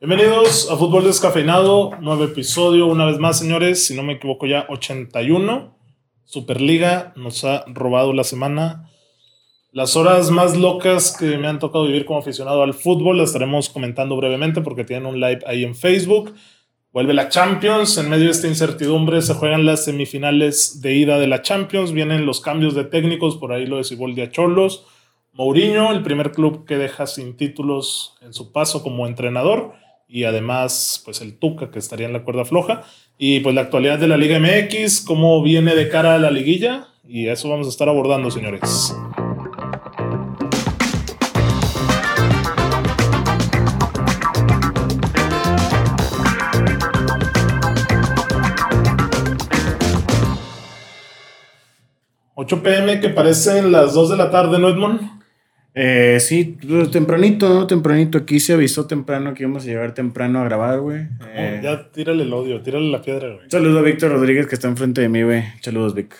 Bienvenidos a Fútbol Descafeinado, nuevo episodio, una vez más, señores, si no me equivoco ya 81. Superliga nos ha robado la semana. Las horas más locas que me han tocado vivir como aficionado al fútbol las estaremos comentando brevemente porque tienen un live ahí en Facebook. Vuelve la Champions, en medio de esta incertidumbre se juegan las semifinales de ida de la Champions, vienen los cambios de técnicos, por ahí lo de Ciboldi a Cholos, Mourinho, el primer club que deja sin títulos en su paso como entrenador, y además pues el Tuca que estaría en la cuerda floja, y pues la actualidad de la Liga MX, cómo viene de cara a la liguilla, y eso vamos a estar abordando, señores. ¿8 pm que parecen las 2 de la tarde, ¿no, Edmond? Eh, sí, tempranito, ¿no? Tempranito. Aquí se avisó temprano que íbamos a llegar temprano a grabar, güey. Eh, Oh, ya tírale el odio, tírale la piedra, güey. un saludo a Víctor Rodríguez que está enfrente de mí, güey. Saludos, Vic.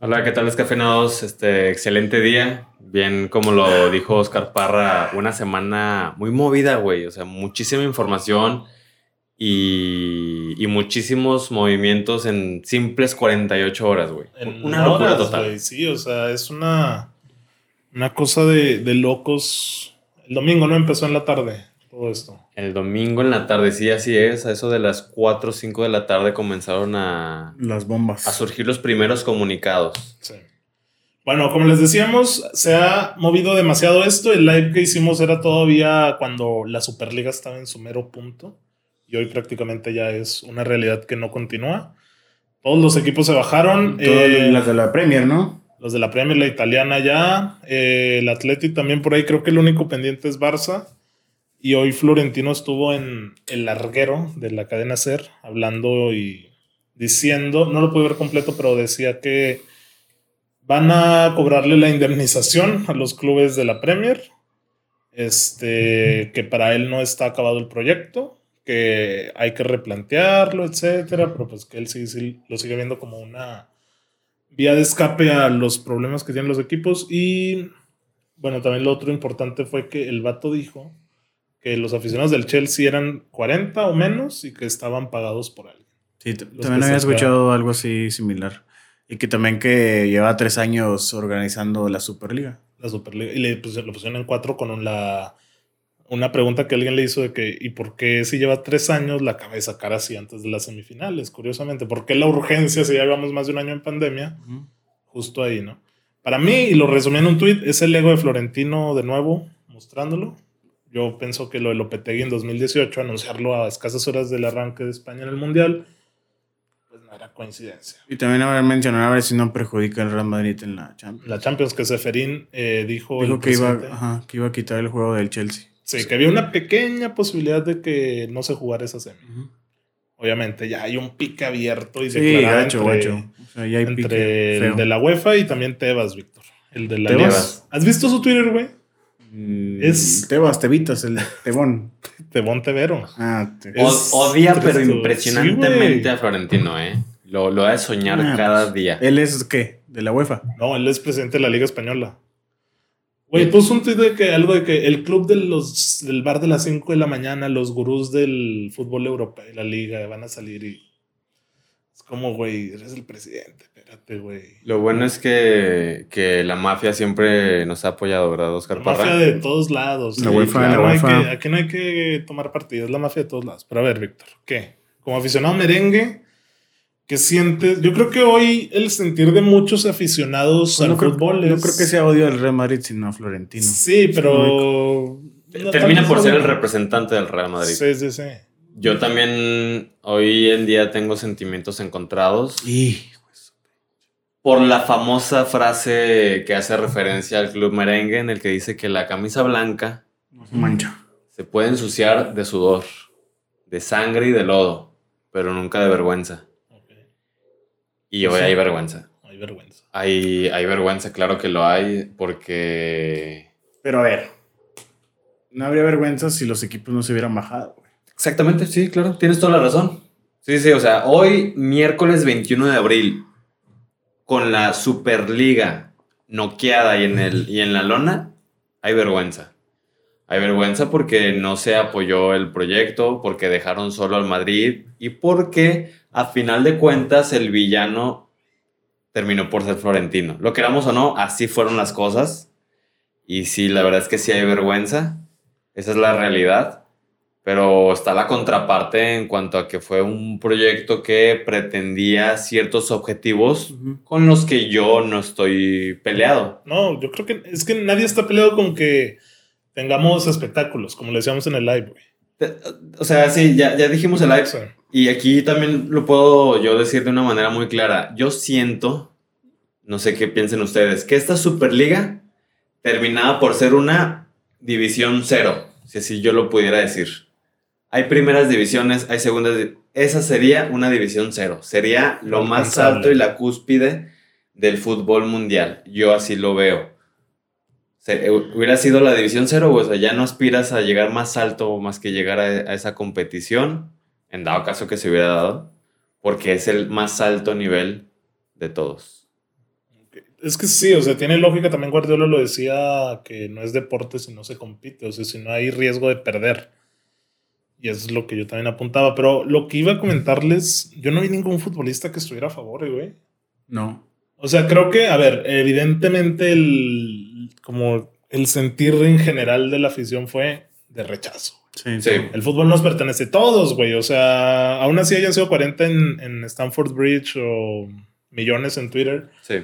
Hola, ¿qué tal, descafeinados? Este, excelente día. Bien, como lo dijo Oscar Parra, una semana muy movida, güey. O sea, muchísima información y, y muchísimos movimientos en simples 48 horas, güey. En Una locura horas, total. güey, Sí, o sea, es una, una cosa de, de locos. El domingo no empezó en la tarde todo esto. El domingo en la tarde, sí, así es. A eso de las 4 o 5 de la tarde comenzaron a, Las a bombas. surgir los primeros comunicados. Sí. Bueno, como les decíamos, se ha movido demasiado esto. El live que hicimos era todavía cuando la Superliga estaba en su mero punto. Y hoy prácticamente ya es una realidad que no continúa. Todos los equipos se bajaron. Todas eh, las de la Premier, ¿no? Los de la Premier, la italiana ya. eh, el Atleti también por ahí. Creo que el único pendiente es Barça. Y hoy Florentino estuvo en el larguero de la cadena Ser hablando y diciendo, no lo pude ver completo, pero decía que van a cobrarle la indemnización a los clubes de la Premier. Este, que para él no está acabado el proyecto, que hay que replantearlo, etcétera, pero pues que él sí, sí lo sigue viendo como una vía de escape a los problemas que tienen los equipos. Y bueno, también lo otro importante fue que el vato dijo que los aficionados del Chelsea eran 40 o menos y que estaban pagados por alguien. Sí, t- Los también que había se escuchado algo así similar. Y que también que lleva tres años organizando la Superliga. La Superliga. Y le pus- lo pusieron en cuatro con la, una pregunta que alguien le hizo de que, ¿y por qué si lleva tres años la acaba de sacar así antes de las semifinales? Curiosamente, ¿por qué la urgencia si ya llevamos más de un año en pandemia? Justo ahí, ¿no? Para mí, y lo resumí en un tuit, es el ego de Florentino de nuevo, mostrándolo. Yo pienso que lo de Lopetegui en 2018, anunciarlo a escasas horas del arranque de España en el Mundial, pues no era coincidencia. Y también habrá mencionado a ver si no perjudica al Real Madrid en la Champions. La Champions que Seferín eh, dijo... el Dijo que iba, presidente- ajá, que iba a quitar el juego del Chelsea. Sí, que había una pequeña posibilidad de que no se jugara esa semi. Obviamente, ya hay un pique abierto y Sí, declarado gacho, entre, gacho. O sea, ya hay entre pique el feo. de la UEFA y también Tebas, Víctor. El de la ¿Tebas? Liga. ¿Has visto su Twitter, güey? Mm, Es- Tebas, Tebitas, el Tebón. Tebón Tevero. Ah, te- O- Es odia, triste, pero güey. Sí, impresionantemente güey. a Florentino, ¿eh? Lo, lo ha de soñar Ah, cada pues, día. ¿Él es qué? ¿De la UEFA? No, él es presidente de la Liga Española. Güey, puso un tweet de que algo de que el club de los, del bar de las 5 de la mañana, los gurús del fútbol europeo y la liga van a salir y. Es como, güey, eres el presidente, espérate, güey. Lo bueno es que, que la mafia siempre nos ha apoyado, ¿verdad, Oscar La Parra? mafia de todos lados. La sí, UEFA, claro, la hay UEFA. que- aquí no hay que tomar partido, es la mafia de todos lados. Pero a ver, Víctor, ¿qué? Como aficionado merengue, ¿qué sientes? Yo creo que hoy el sentir de muchos aficionados no, al creo, fútbol no es- creo que sea odio al Real Madrid, sino a Florentino. Sí, pero. no, Eh, Termina tal por vez ser no. el representante del Real Madrid. Sí, sí, sí. Yo también hoy en día tengo sentimientos encontrados Y por la famosa frase que hace referencia al club merengue en el que dice que la camisa blanca mancha. se puede ensuciar de sudor, de sangre y de lodo, pero nunca de vergüenza. Ok, Y hoy Sí. hay vergüenza. no Hay vergüenza. Hay, hay vergüenza, claro que lo hay, porque... Pero a ver, no habría vergüenza si los equipos no se hubieran bajado. güey. Exactamente, sí, claro, tienes toda la razón. Sí, sí, o sea, hoy miércoles 21 de abril, con la Superliga noqueada y en, el, y en la lona, hay vergüenza. Hay vergüenza porque no se apoyó el proyecto, porque dejaron solo al Madrid y porque a final de cuentas el villano terminó por ser Florentino. Lo queramos o no, así fueron las cosas. Y sí, la verdad es que sí hay vergüenza. Esa es la realidad. Pero está la contraparte en cuanto a que fue un proyecto que pretendía ciertos objetivos con los que yo no estoy peleado. No, yo creo que es que nadie está peleado con que tengamos espectáculos, como le decíamos en el live, güey. O sea, sí, ya, ya dijimos el O live. sea, Y aquí también lo puedo yo decir de una manera muy clara. Yo siento, no sé qué piensen ustedes, que esta Superliga terminaba por ser una división cero, si así yo lo pudiera decir. Hay primeras divisiones, hay segundas. di- Esa sería una división cero. Sería lo más Alcanzable. alto y la cúspide del fútbol mundial. Yo así lo veo. Se- eh, hubiera sido la división cero, o sea, ya no aspiras a llegar más alto más que llegar a, a esa competición, en dado caso que se hubiera dado, porque es el más alto nivel de todos. Es que sí, o sea, tiene lógica. También Guardiola lo decía que no es deporte si no se compite, o sea, si no hay riesgo de perder. Y eso es lo que yo también apuntaba. Pero lo que iba a comentarles, yo no vi ningún futbolista que estuviera a favor, güey. No. O sea, creo que, a ver, evidentemente el, como el sentir en general de la afición fue de rechazo. Sí. Sí. El fútbol nos pertenece a todos, güey. O sea, aún así haya sido 40 en, en Stanford Bridge o millones en Twitter. Sí.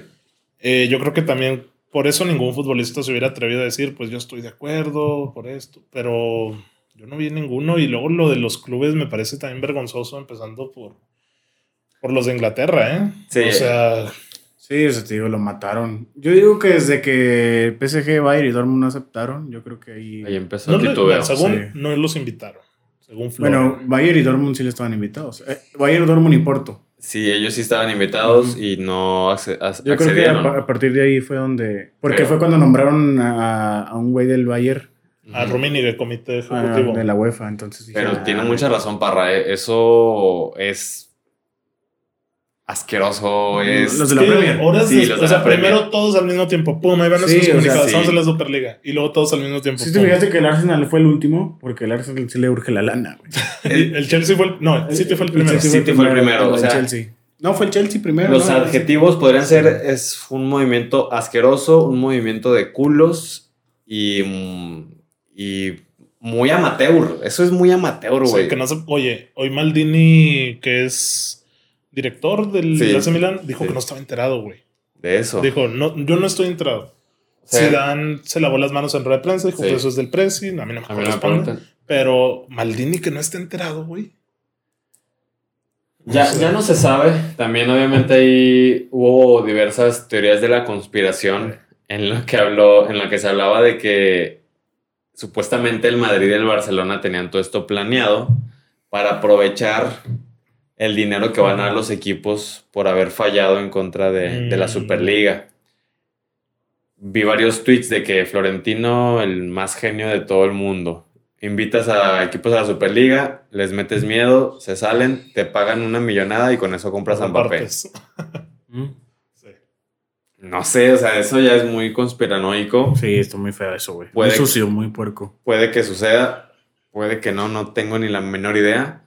Eh, yo creo que también por eso ningún futbolista se hubiera atrevido a decir, pues yo estoy de acuerdo por esto, pero yo no vi ninguno. Y luego lo de los clubes me parece también vergonzoso, empezando por, por los de Inglaterra, ¿eh? Sí. O sea, Sí, eso te digo, lo mataron. Yo digo que desde que el PSG, Bayern y Dortmund no aceptaron, yo creo que ahí... Ahí empezó no el lo- titubeo. según sí. no los invitaron, según Flor. Bueno, Bayern y Dortmund sí le estaban invitados. Eh, Bayern, Dortmund y Porto. Sí, ellos sí estaban invitados Ujú. y no acce- ac- Yo creo que a, accedieron. pa- a partir de ahí fue donde... Porque Creo. fue cuando nombraron a, a un güey del Bayern Ujú. a Rumini del comité a- ejecutivo. Ah, de la UEFA, entonces... dije, Pero "Ah, tiene mucha razón, Parra. eh, Eso es asqueroso. Es... Los de la Sí, Premier. horas Sí, des- los de o sea, la Premier. primero todos al mismo tiempo. Pum, ahí van Sí, nuestros o sea, comunicados. sí. Estamos en la Superliga. Y luego todos al mismo tiempo. Sí te pum. fijaste que el Arsenal fue el último, porque el Arsenal sí le urge la lana, güey. el, el Chelsea fue el. No, el City fue el primero. City fue el primero, o el sea. Chelsea. No, fue el Chelsea primero. Los ¿no? adjetivos podrían ser es un movimiento asqueroso, un movimiento de culos y, mm, y muy amateur. Eso es muy amateur, O sea, güey. que no se- oye, hoy Maldini, que es director del Sí. AC Milan, dijo Sí. que no estaba enterado, güey. De eso. Dijo, no, yo no estoy enterado. O sea, Zidane se lavó las manos en rueda de prensa, dijo, Sí. "Pues eso es del Presi, a mí no me a mí no me corresponde. preguntan. Pero Maldini que no esté enterado, güey. Ya, ya no se sabe. También, obviamente, ahí hubo diversas teorías de la conspiración en lo que habló, en lo que se hablaba de que supuestamente el Madrid y el Barcelona tenían todo esto planeado para aprovechar el dinero que van a dar los equipos por haber fallado en contra de, de la Mm. Superliga. Vi varios tweets de que Florentino, el más genio de todo el mundo, invitas a equipos a la Superliga, les metes miedo, se salen, te pagan una millonada y con eso compras a Mbappé. Partes. Sí. No sé, o sea, eso ya es muy conspiranoico. Sí, está muy feo eso, güey. Muy Puede- sucio, muy puerco. Puede que suceda, puede que no, no tengo ni la menor idea.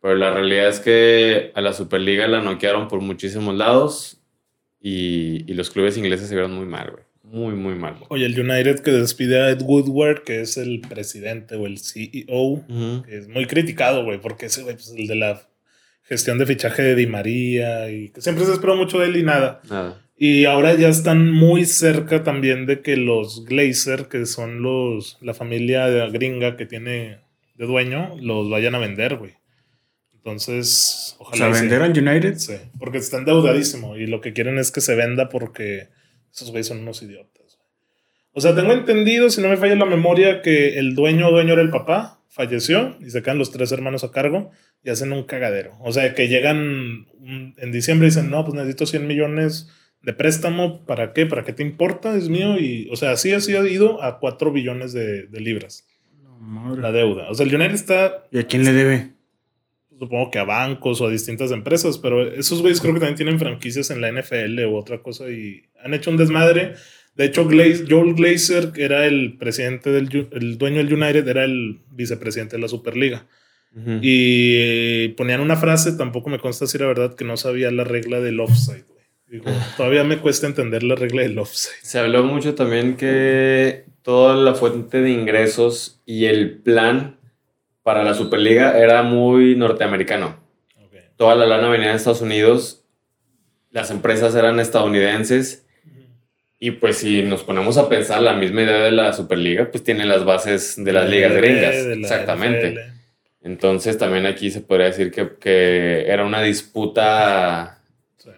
Pero la realidad es que a la Superliga la noquearon por muchísimos lados y, y los clubes ingleses se vieron muy mal, güey. Muy, muy mal. güey. Oye, el United que despide a Ed Woodward, que es el presidente o el CEO, Ujú. que es muy criticado, güey, porque ese güey, pues el de la gestión de fichaje de Di María, y que siempre se esperó mucho de él y nada. Nada. Y ahora ya están muy cerca también de que los Glazer, que son los la familia de- gringa que tiene de dueño, los vayan a vender, güey. Entonces, O sea, ojalá. y sí. vender al United. Sí, porque está endeudadísimo y lo que quieren es que se venda porque esos güeyes son unos idiotas. O sea, tengo entendido, si no me falla la memoria, que el dueño o dueño era el papá, falleció y se quedan los tres hermanos a cargo y hacen un cagadero. O sea, que llegan mm, en diciembre y dicen, no, pues necesito 100 millones de préstamo, ¿para qué? ¿Para qué te importa? Es mío y, o sea, así, así ha ido a 4 billones de, de libras No, madre. la deuda. O sea, el United está ¿Y a quién le debe? pues, supongo que a bancos o a distintas empresas, pero esos güeyes creo que también tienen franquicias en la NFL u otra cosa y han hecho un desmadre. De hecho, Gla- Joel Glazer, que era el presidente del Ju- el dueño del United, era el vicepresidente de la Superliga. Ujú. Y eh, ponían una frase, tampoco me consta si era verdad, que no sabía la regla del offside. güey. Digo, todavía me cuesta entender la regla del offside. Se habló mucho también que toda la fuente de ingresos y el plan para la Superliga era muy norteamericano. Toda la lana venía de Estados Unidos, las empresas eran estadounidenses y pues si nos ponemos a pensar la misma idea de la Superliga, pues tiene las bases de las ligas NFL, gringas. de la Exactamente. NFL. Entonces también aquí se podría decir que, que era una disputa Sí.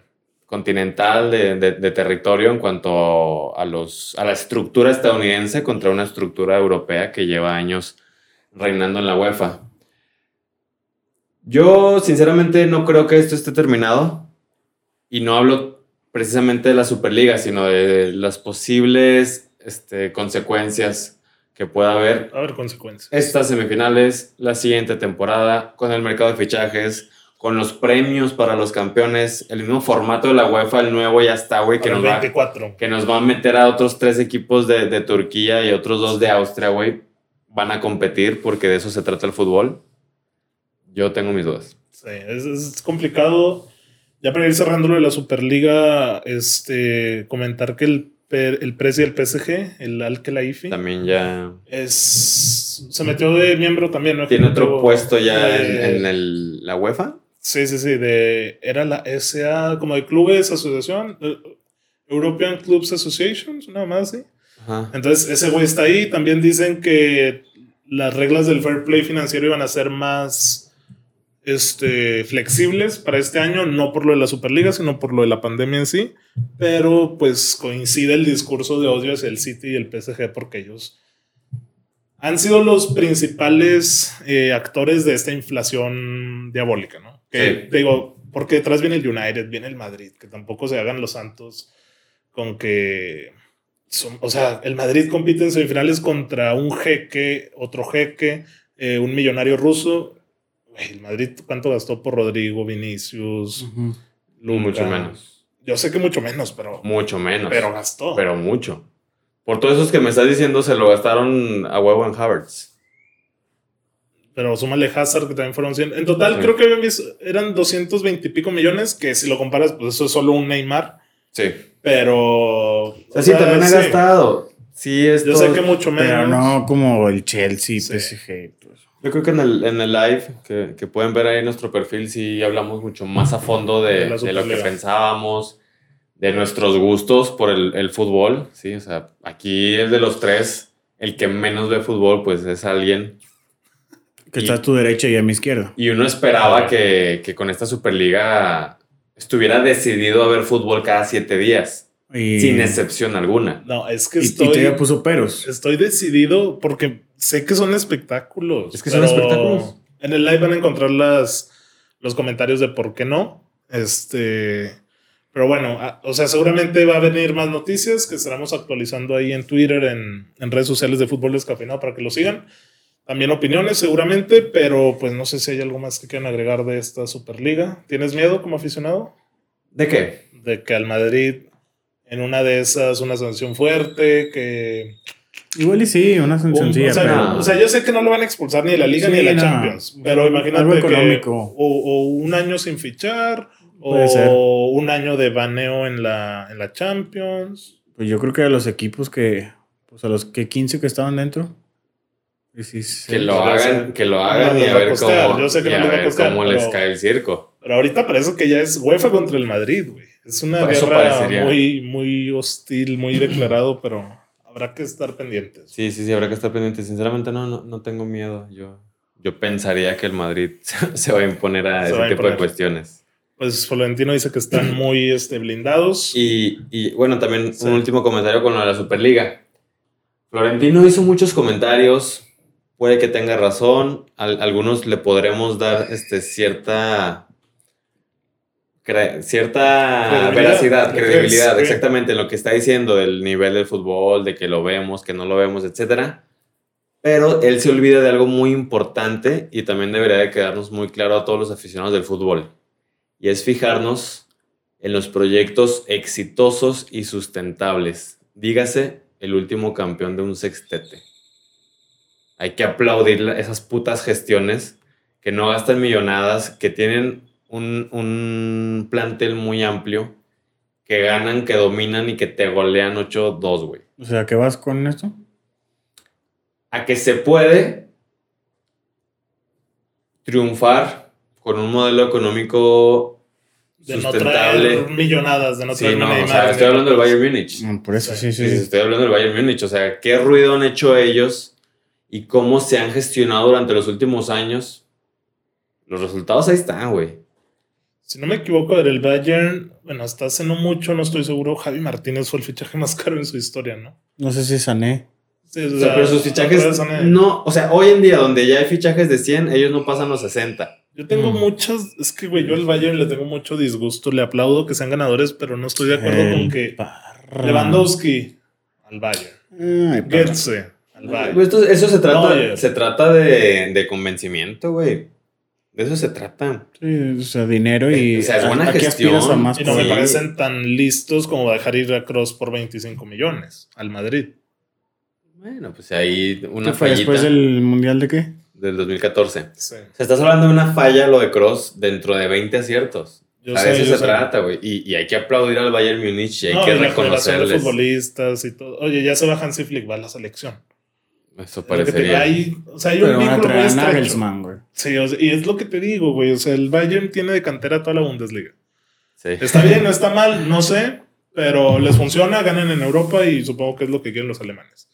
continental de, de- de territorio en cuanto a, los, a la estructura estadounidense contra una estructura europea que lleva años reinando en la UEFA. Yo sinceramente no creo que esto esté terminado y no hablo precisamente de la Superliga, sino de las posibles este, consecuencias que pueda haber A ver, consecuencias. estas semifinales, la siguiente temporada, con el mercado de fichajes, con los premios para los campeones, el mismo formato de la UEFA, el nuevo ya está, güey, que, Para el nos va- 24. que nos va a meter a otros tres equipos de, de Turquía y otros dos de Austria, güey. Van a competir porque de eso se trata el fútbol. Yo tengo mis dudas. Sí, es, es complicado. Ya para ir cerrando lo de la Superliga, este, comentar que el, P- el Prezi del PSG, el Al Khelaifi, También ya es, se metió de miembro también. ¿no? tiene otro Ejecutivo puesto ya en, de- en el- la UEFA. Sí, sí, sí. De, era la SA, como de clubes, asociación, eh, European Clubs Association, nada más así. Ajá. Entonces, ese güey está ahí. También dicen que las reglas del fair play financiero iban a ser más este, flexibles para este año, no por lo de la Superliga, sino por lo de la pandemia en sí. Pero pues coincide el discurso de odio hacia el City y el PSG porque ellos han sido los principales eh, actores de esta inflación diabólica, ¿no? Que Sí. digo, porque detrás viene el United, viene el Madrid, que tampoco se hagan los santos con que son- o sea, el Madrid compite en semifinales contra un jeque, otro jeque, eh, un millonario ruso. Güey, el Madrid, ¿cuánto gastó por Rodrigo, Vinicius? Ujú. Luka? Mucho menos. Yo sé que mucho menos, pero, Mucho menos. pero gastó. pero mucho. Por todos esos que me estás diciendo, se lo gastaron a huevo en Havertz. Pero súmale Hazard, que también fueron 100. En total, Sí. creo que habían visto- eran 220 y pico millones, que si lo comparas, pues eso es solo un Neymar. Sí. Pero. O sea, sí, también ha sí. gastado. Sí, esto, Yo sé que mucho menos. Pero no como el Chelsea, Sí. PSG. pues. yo creo que en el, en el live que, que pueden ver ahí en nuestro perfil, sí hablamos mucho más a fondo de, De la de lo que Superliga. pensábamos, de nuestros gustos por el, el fútbol. Sí, o sea, aquí el de los tres, el que menos ve fútbol, pues es alguien. Que Y- está a tu derecha y a mi izquierda. Y uno esperaba que, que con esta Superliga estuviera decidido a ver fútbol cada siete días, Y, sin excepción alguna. No, es que y, y estoy. pues, todavía puso peros. Estoy decidido porque sé que son espectáculos. Es que son espectáculos. En el live van a encontrar las, los comentarios de por qué no. Este. Pero bueno, a- o sea, seguramente va a venir más noticias que estaremos actualizando ahí en Twitter, en, en redes sociales de Fútbol Descafeinado para que lo sigan. También opiniones, seguramente, pero pues no sé si hay algo más que quieran agregar de esta Superliga. ¿Tienes miedo como aficionado? ¿De qué? De que al Madrid en una de esas una sanción fuerte, que Igual y sí, una sencilla. o, sea, pero... no. o sea, yo sé que no lo van a expulsar ni de la Liga Sí, ni de la no. Champions, pero imagínate Algo que económico. o, o un año sin fichar Puede ser. o un año de baneo en la, en la Champions. Pues yo creo que a los equipos que. Pues a los que 15 que estaban dentro. 16. Que lo Pero, o sea, hagan, que lo Ah, no hagan y les a va a ver costear, cómo, yo sé que y no a les va a ver costear, cómo les pero- cae el circo. Pero ahorita parece que ya es UEFA contra el Madrid, güey. Es una Eso guerra parecería. muy, muy hostil, muy declarado, pero habrá que estar pendientes. Sí, sí, sí, habrá que estar pendiente. Sinceramente, no, no, no tengo miedo. Yo, yo pensaría que el Madrid se va a imponer a Se ese va a tipo imponer. de cuestiones. Pues Florentino dice que están muy este, blindados. Y, y, bueno, también Sí. un último comentario con lo de la Superliga. Florentino hizo muchos comentarios, puede que tenga razón, al- algunos le podremos dar este, cierta, cre- cierta Credibilidad. veracidad, Creo que credibilidad, sí. exactamente en lo que está diciendo, del nivel del fútbol, de que lo vemos, que no lo vemos, etcétera. Pero él se olvida de algo muy importante y también debería de quedarnos muy claro a todos los aficionados del fútbol. Y es fijarnos en los proyectos exitosos y sustentables Dígase el último campeón de un sextete. Hay que aplaudir la- esas putas gestiones que no gastan millonadas, que tienen un, un plantel muy amplio, que ganan, que dominan y que te golean 8-2, güey. O sea, ¿qué vas con esto? a que se puede triunfar con un modelo económico De no sustentable. traer millonadas, de no sí, traer no, Neymar, o sea, de- estoy hablando del Bayern Múnich. Mm, Por eso, sí, sí. Sí, sí, sí. estoy hablando del Bayern Múnich. O sea, qué ruido han hecho ellos y cómo se han gestionado durante los últimos años. Los resultados ahí están, güey. Si no me equivoco, del Bayern, bueno, hasta hace no mucho, no estoy seguro, Javi Martínez fue el fichaje más caro en su historia, ¿no? No sé si sané. Sí, o O sea, sea, pero sus otra vez fichajes. son, eh, No, o sea, hoy en día, donde ya hay fichajes de 100, ellos no pasan los 60. Yo tengo Mm. muchas. Es que, güey, yo al Bayern le tengo mucho disgusto. Le aplaudo que sean ganadores, pero no estoy de acuerdo con que. Lewandowski al Bayern. Ay, parra. Goetze al Güey, Bayern. esto- eso se trata, Neuer. se trata de, de convencimiento, güey. De eso se trata. Sí, o sea, dinero y. O sea, es buena ¿a qué gestión. aspiras a más? Y no me Sí. parecen tan listos como dejar ir a Cross por 25 millones al Madrid. Bueno, pues ahí una ¿Qué fue fallita después del... del mundial de qué? 2014. Sí. Se estás hablando de una falla, lo de Cross, dentro de 20 aciertos. Yo a sé, eso yo se sé. trata, güey. Y, y hay que aplaudir al Bayern Múnich y hay No, que y la generación de reconocerles. futbolistas y todo. Oye, ya se va Hansi Flick, va a la selección. Eso Lo que te- parecería. hay- o sea, hay un Pero van a vínculo muy traer a estrecho. Nagelsmann, güey. Sí, o sea, y es lo que te digo, güey. O sea, el Bayern tiene de cantera toda la Bundesliga. Sí. Está bien, no está mal, no sé, pero les funciona, ganan en Europa y supongo que es lo que quieren los alemanes.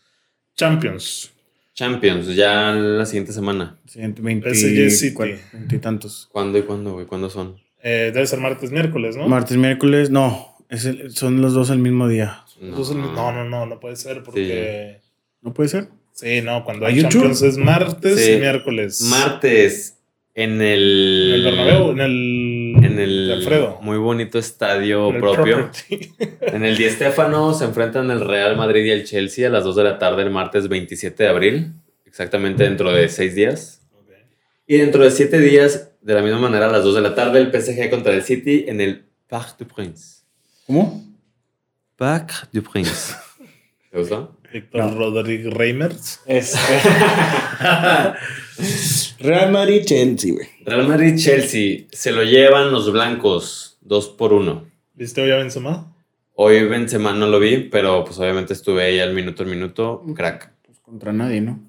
Champions. Champions, ya la siguiente semana. Siguiente, 20, PSG City. cuatro- 20 y tantos. ¿Cuándo y cuándo, güey? ¿Cuándo son? Eh, debe ser martes, miércoles, ¿no? Martes, miércoles, no. es el- son los dos el mismo día. Entonces, no. no, no, no, puede ser porque... ¿No puede ser? Sí, no, cuando ¿Are hay you sure? Champions es martes Sí. y miércoles. Martes, en en el. el Bernabéu, en el... En el de Alfredo. muy bonito estadio En el propio. property. En el Di Stéfano se enfrentan el Real Madrid y el Chelsea a las 2 de la tarde el martes 27 de abril, exactamente dentro de 6 días. Ok. Y dentro de 7 días, de la misma manera, a las 2 de la tarde el PSG contra el City en el Parc du Prince. ¿Cómo? Parc du Prince. ¿Te gustó? Víctor No. Rodríguez Reimers. Real Madrid, Chelsea, güey. Real Madrid-Chelsea se lo llevan los blancos 2 por 1. ¿Viste hoy a Benzema? Hoy Benzema no lo vi, pero pues obviamente estuve ahí al minuto al minuto. Crack. Pues contra nadie, ¿no?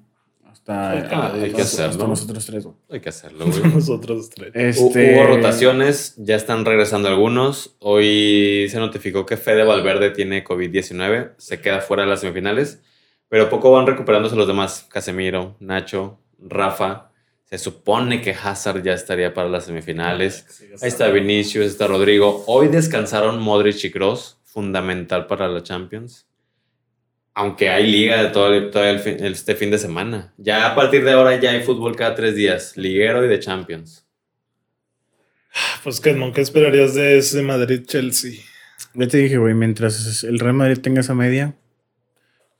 Hasta, Ah, hay que hasta- hacerlo. hasta nosotros tres, güey. Hay que hacerlo, güey. Nosotros tres. Hu- Este, Hubo rotaciones, ya están regresando algunos. Hoy se notificó que Fede Valverde tiene COVID-19, se queda fuera de las semifinales, pero poco van recuperándose los demás. Casemiro, Nacho, Rafa. Se supone que Hazard ya estaría para las semifinales. Sí, ya Ahí está Vinicius, está Rodrigo. Hoy descansaron Modric y Kroos, fundamental para la Champions. Aunque hay liga de todo, el- todo el fin- este fin de semana. Ya a partir de ahora ya hay fútbol cada tres días, liguero y de Champions. Pues, Kedmon, ¿qué esperarías de ese Madrid-Chelsea? Ya te dije, güey, mientras el Real Madrid tenga esa media,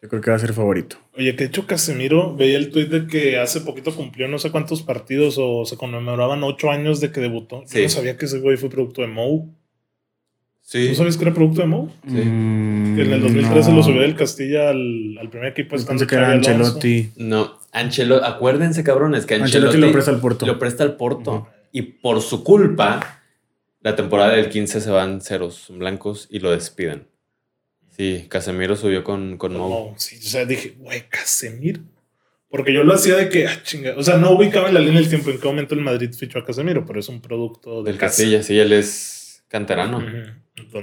yo creo que va a ser favorito. Oye, que de hecho Casemiro veía el tuit de que hace poquito cumplió no sé cuántos partidos o se conmemoraban ocho años de que debutó. Yo Sí. no sabía que ese güey fue producto de Mou. ¿Tú Sí. sabías que era producto de Mou? Sí. Mm, Que en el 2013 no. lo subió del Castilla al, al primer equipo. Pues estando pensé que era Xavi Alonso. Ancelotti. No, Ancelotti, acuérdense cabrones que Ancelotti, Ancelotti lo presta al Porto. al Porto. Ujú. Y por su culpa, la temporada del 15 se van ceros blancos y lo despiden. Sí, Casemiro subió con, con Mou. Mou, sí. O sea, dije, güey, Casemiro. Porque yo lo hacía de que, ah, chinga. O sea, no ubicaba en la línea del tiempo en qué momento el Madrid fichó a Casemiro, pero es un producto de Del Castilla, sí, él es canterano.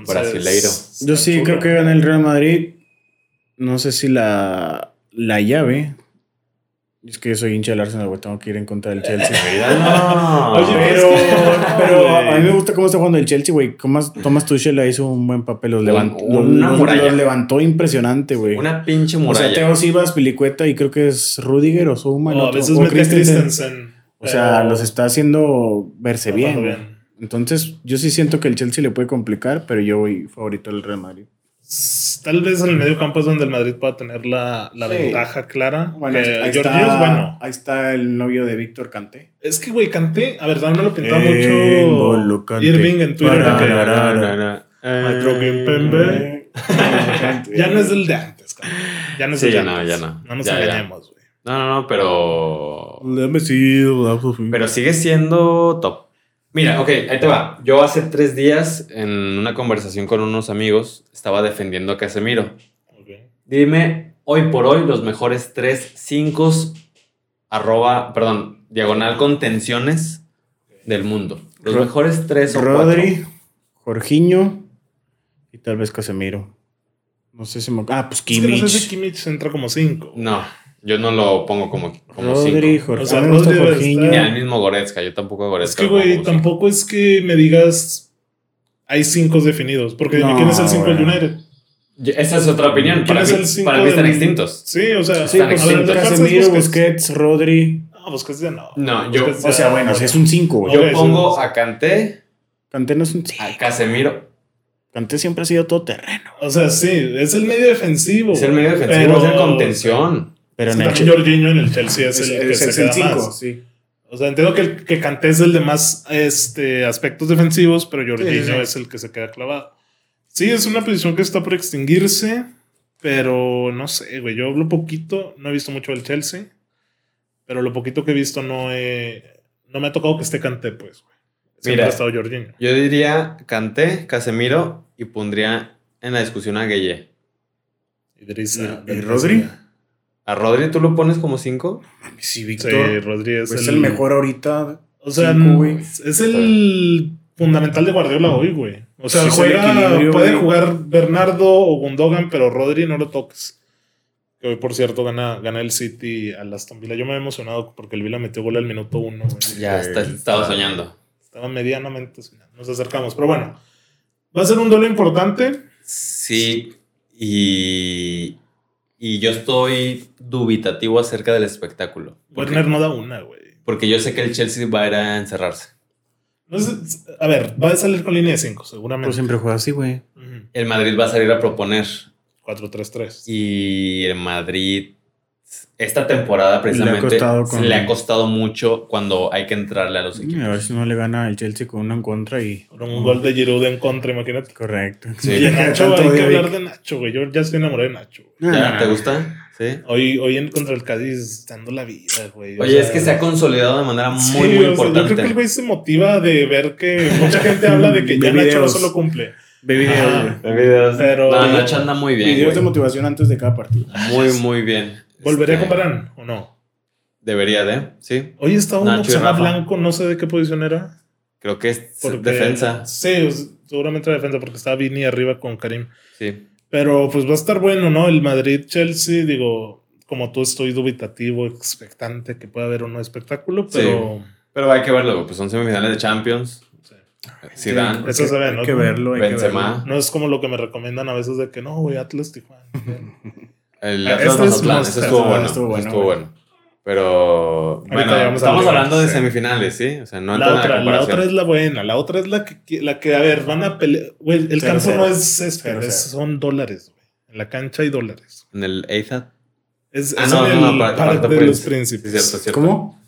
Brasileiro. Yo sí creo que gana el Real Madrid. No sé si la, la llave. Es que yo soy hincha del Arsenal, güey. Tengo que ir en contra del Chelsea. Míralo. Oye, Pero, No, pero güey. a mí me gusta cómo está jugando el Chelsea, güey. Comas- Thomas Tuchel le hizo un buen papel. Los, Un- levant- los- una los- muralla. los levantó impresionante, güey. una pinche O muralla. sea, Teo Sivas, Pilicueta y creo que es Rudiger o Zuma. el No, a otro, veces o mete a Christensen. Christensen. O sea, pero- los está haciendo verse Está bien. jugando güey. Entonces, yo sí siento que el Chelsea le puede complicar, pero yo voy favorito al Real Madrid. S- Tal vez en el medio campo es donde el Madrid pueda tener la, la Sí. ventaja clara. Bueno, Eh, ahí, Jorginho está, es bueno. ahí está el novio de Víctor Canté. Es que, güey, Canté, a verdad me lo pintaba Eh, mucho N'Golo Kanté. Irving en Twitter. Para, de que- para. Na, na, na, na. Eh, Maestro Kimpembe. ya no es el de antes, cabrón. Ya no es Sí, el de ya no, antes. ya no. nos Ya, ya. engañemos, güey. No, no, no, pero. Le han metido, la- Pero sigue siendo top. Mira, ok, ahí te va. Yo hace tres días, en una conversación con unos amigos, estaba defendiendo a Casemiro. Dime, hoy por hoy, los mejores tres cinco arroba, perdón, diagonal contenciones del mundo. Los Ro- mejores tres o Rodri, Jorginho y tal vez Casemiro. No sé si me. Ah, pues Es que Kimmich. no sé si Kimmich entra como 5. cuatro. No, yo no lo pongo como, como Rodri, cinco. Jorginho. O sea, a mí me gusta Rodri debe Ni estar- Jorginho. al mismo Goretzka, yo tampoco a Es que, Goretzka. lo pongo güey, como cinco. tampoco es que me digas hay 5 definidos. Porque dime No, quién es el 5 del güey. United. Yo- Esa es otra opinión. ¿Quién Para mí, es el cinco para mí están del- extintos. Sí, o sea, Sí, Están pues, a ver, extintos. defensas, Casemiro, Busquets. Busquets, Rodri. No, Busquets ya no. No, yo- Busquets O sea, ya- bueno, si es un 5, güey. Yo- Yo pongo a Kanté, Kanté no es un 5. a Ah, Casemiro. Kanté siempre ha sido todo terreno. O sea, sí, es el medio defensivo. Es el medio defensivo, Pero- es el contención. Pero Es en que el también Jorginho en el Chelsea es, es, el que es- se es queda el 5. más. Sí. O sea, entiendo que, el- que Kanté es el de más este, aspectos defensivos, pero Jorginho sí. es el que se queda clavado. Sí, es una posición que está por extinguirse, pero no sé, güey. Yo lo poquito, no he visto mucho del Chelsea, pero lo poquito que he visto no he- no me ha tocado que esté Kanté, pues, güey. Siempre Mira. ha estado Jorginho. Yo diría Kanté, Casemiro y pondría en la discusión a Gueye. Idris, ¿Y- ah, y Benítez, Rodri? ya. ¿A Rodri tú lo pones como 5? Sí, Sí, Víctor. Rodri es, pues es el mejor ahorita. O sea, mm, Cinco, güey. es el fundamental de Guardiola hoy, güey. O sea, Sí, es el juega, equilibrio, puede güey. jugar Bernardo o Gundogan, pero Rodri no lo toques. Que hoy, por cierto, gana, gana el City al Aston Villa. Yo me había emocionado porque el Villa metió gol al minuto uno. güey. Ya, está- estaba soñando. Estaba medianamente soñando. Nos acercamos, pero bueno. Va a ser un duelo importante. Sí, y, y yo estoy dubitativo acerca del espectáculo. Werner Pues Porque, no da una, güey. porque yo sé que el Chelsea va a ir a encerrarse. No sé, a ver, va a salir con línea de 5, Pero seguramente. siempre juega así, güey. Ujú. El Madrid va a salir a proponer. 4-3-3. Y el Madrid, esta temporada precisamente, costado con- le ha costado mucho cuando hay que entrarle a los equipos. A ver si no le gana el Chelsea con una en contra y. Con un gol de Giroud en contra, imagínate. Correcto. Sí. Y Ya a Nacho, Tanto hay que odio, hablar Vic. de Nacho, güey. Yo ya estoy enamorado de Nacho. güey. ¿Ya? Ah, ¿Te gusta? Sí. Hoy, hoy en contra el Cádiz dando la vida, güey. O Oye, sea, es que se ha consolidado de manera muy, sí, o muy sea, yo creo que el importante. güey se motiva de ver que mucha gente habla de que ya De Nacho no videos. solo cumple. Ve videos, Ajá. güey. Pero No, Nacho anda muy bien. Videos de güey. motivación antes de cada partido. Muy, muy bien. volvería a Este, comparar o no. Debería de, sí. Hoy está uno Nacho que se y llama Rafa. Blanco, no sé de qué posición era. Creo que es Porque- defensa. Sí, es- seguramente era defensa porque estaba Vini arriba con Karim. Sí. Pero pues va a estar bueno, ¿no? El Madrid-Chelsea, digo, como tú estoy dubitativo, expectante que pueda haber o no espectáculo, Sí. pero... Pero hay que verlo, güey, pues son semifinales de Champions. sí. Zidane, Eso se ve, Hay ¿no? que verlo. hay que Benzema. No es como lo que me recomiendan a veces de que no, güey, Atlas Tijuana. El Ah, Atlas este es Mazatlán, más- eso estuvo ah, bueno. estuvo eso bueno, estuvo güey. bueno. Pero bueno, llegamos a estamos la- hablando de sí. semifinales, ¿sí? O sea, no entra la, en la otra, la comparación. otra es la buena, la otra es la que, la que a ver, van a pelear. Güey, el Cero, campo cero. no es césped, Cero, es- cero. son dólares, güey. En la cancha hay dólares. En el Eiza. Es, Ah, es no, en no, el para- Parque para- de para- los Sí, Príncipes. cierto, verlo. cierto. ¿Cómo?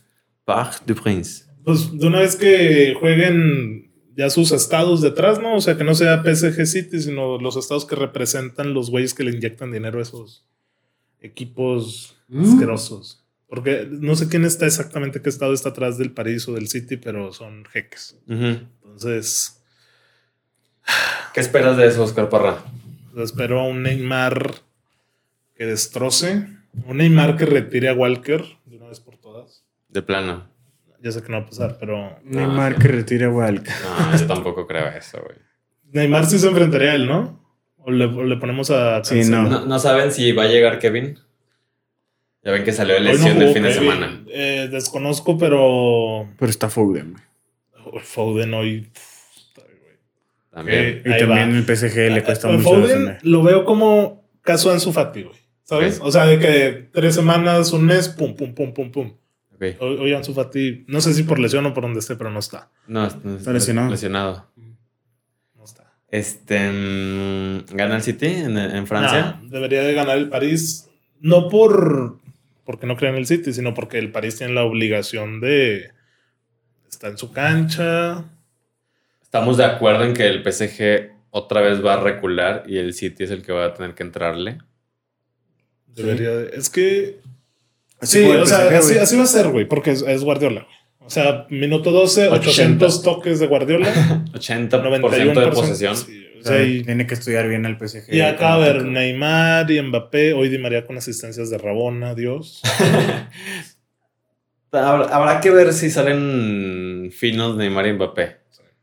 Parc du Prince. Pues de una vez que jueguen ya sus estados detrás, ¿no? O sea, que no sea PSG City, sino los estados que representan los güeyes que le inyectan dinero a esos equipos Mm. asquerosos. Porque no sé quién está exactamente, qué estado está atrás del París o del City, pero son jeques. Ujú. Entonces, ¿Qué esperas de eso, Oscar Parra? espero a un Neymar que destroce, un Neymar que retire a Walker de una vez por todas. De plano. Ya sé que no va a pasar, pero Neymar que retira a Walker. No, yo tampoco creo eso, güey. Neymar sí se enfrentaría a él, ¿no? O le, o le ponemos a. Sí, Cancelo. no. No, no saben si va a llegar Kevin. Ya ven que salió de Hoy no lesión jugó del fin de Kevin. semana. Eh, desconozco, pero. Pero está Foden, güey. Foden hoy. También. Eh, Y Ahí también va. el PSG le cuesta A- a mucho. Foden defender. lo veo como caso Ansu Fati, güey. ¿Sabes? Ok. O sea, de que tres semanas, un mes, pum, pum, pum, pum, pum. Ok. Hoy, hoy Ansu Fati, no sé si por lesión o por donde esté, pero no está. No, no, Está lesionado. lesionado. No está. Este. mm, ¿Gana el City en, en Francia? No, debería de ganar el París. No por. Porque no creen en el City, sino porque el París tiene la obligación de. Está en su cancha. Estamos de acuerdo en que el PSG otra vez va a recular y el City es el que va a tener que entrarle. Debería de- Es que. Así sí, como el o sea, PSG, así, güey. así va a ser, güey, porque es, es Guardiola. O sea, minuto 12, 80. 800 toques de Guardiola, 80% 91% de posesión. Sí, o O sea, sea, y, tiene que estudiar bien el PSG. y acá, a Como ver, que- Neymar y Mbappé, hoy Di María con asistencias de Rabona, Dios. Habrá habrá que ver si salen finos Neymar y Mbappé.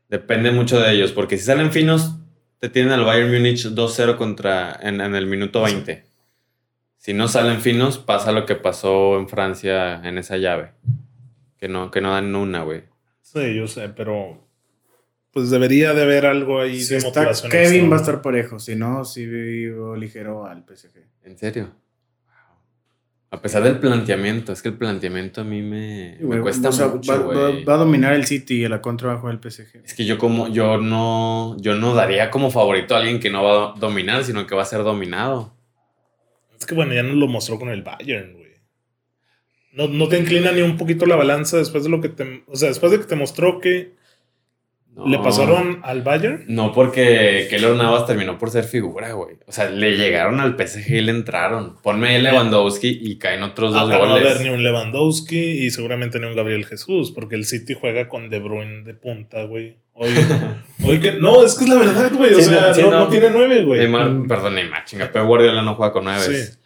Depende mucho de ellos, porque si salen finos, te tienen al Bayern Múnich 2-0 contra, en, en el minuto 20. Si no salen finos, pasa lo que pasó en Francia en esa llave. Que no, que no dan una, güey. Sí, yo sé, pero. Pues debería de haber algo ahí Si de está motivación Kevin extra, va a ¿no? estar parejo. Si no, sí vivo ligero al PSG. ¿En serio? A pesar del planteamiento, es que el planteamiento a mí me, me Güey, cuesta o sea, va, mucho, va- güey. va a dominar el City y a la contra va a jugar el PSG. Es que yo como, yo no, yo no daría como favorito a alguien que no va a dominar, sino que va a ser dominado. Es que bueno, ya nos lo mostró con el Bayern, güey. No, no te inclina ni un poquito la balanza después de lo que te. O sea, después de que te mostró que No. le pasaron al Bayern. No, porque Keylor Navas terminó por ser figura, güey. O sea, le llegaron al PSG y le entraron. Ponme Lewandowski y caen otros dos Acá Ah, no va a goles. haber ni un Lewandowski y seguramente ni un Gabriel Jesús, porque el City juega con De Bruyne de punta, güey. Hoy, hoy que, no, es que es la verdad, güey. O Sí, sea, no, sí, no, no. no tiene nueve, güey. Neymar- Mm. perdón, Neymar, chinga, Pep Guardiola no juega con nueve. Sí.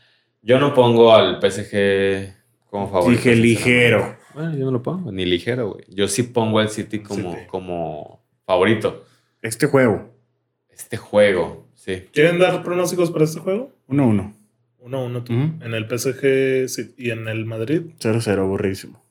Yo no pongo al PSG como favorito. Dije sinceramente. ligero. Bueno, yo no lo pongo, ni ligero, güey. Yo sí pongo al City como, City. como favorito. Este juego, Este juego, sí. ¿Quieren dar pronósticos para este juego? 1-1. Uno, uno, tú. Ujú. En el PSG sí, y en el Madrid. 0-0, aburridísimo.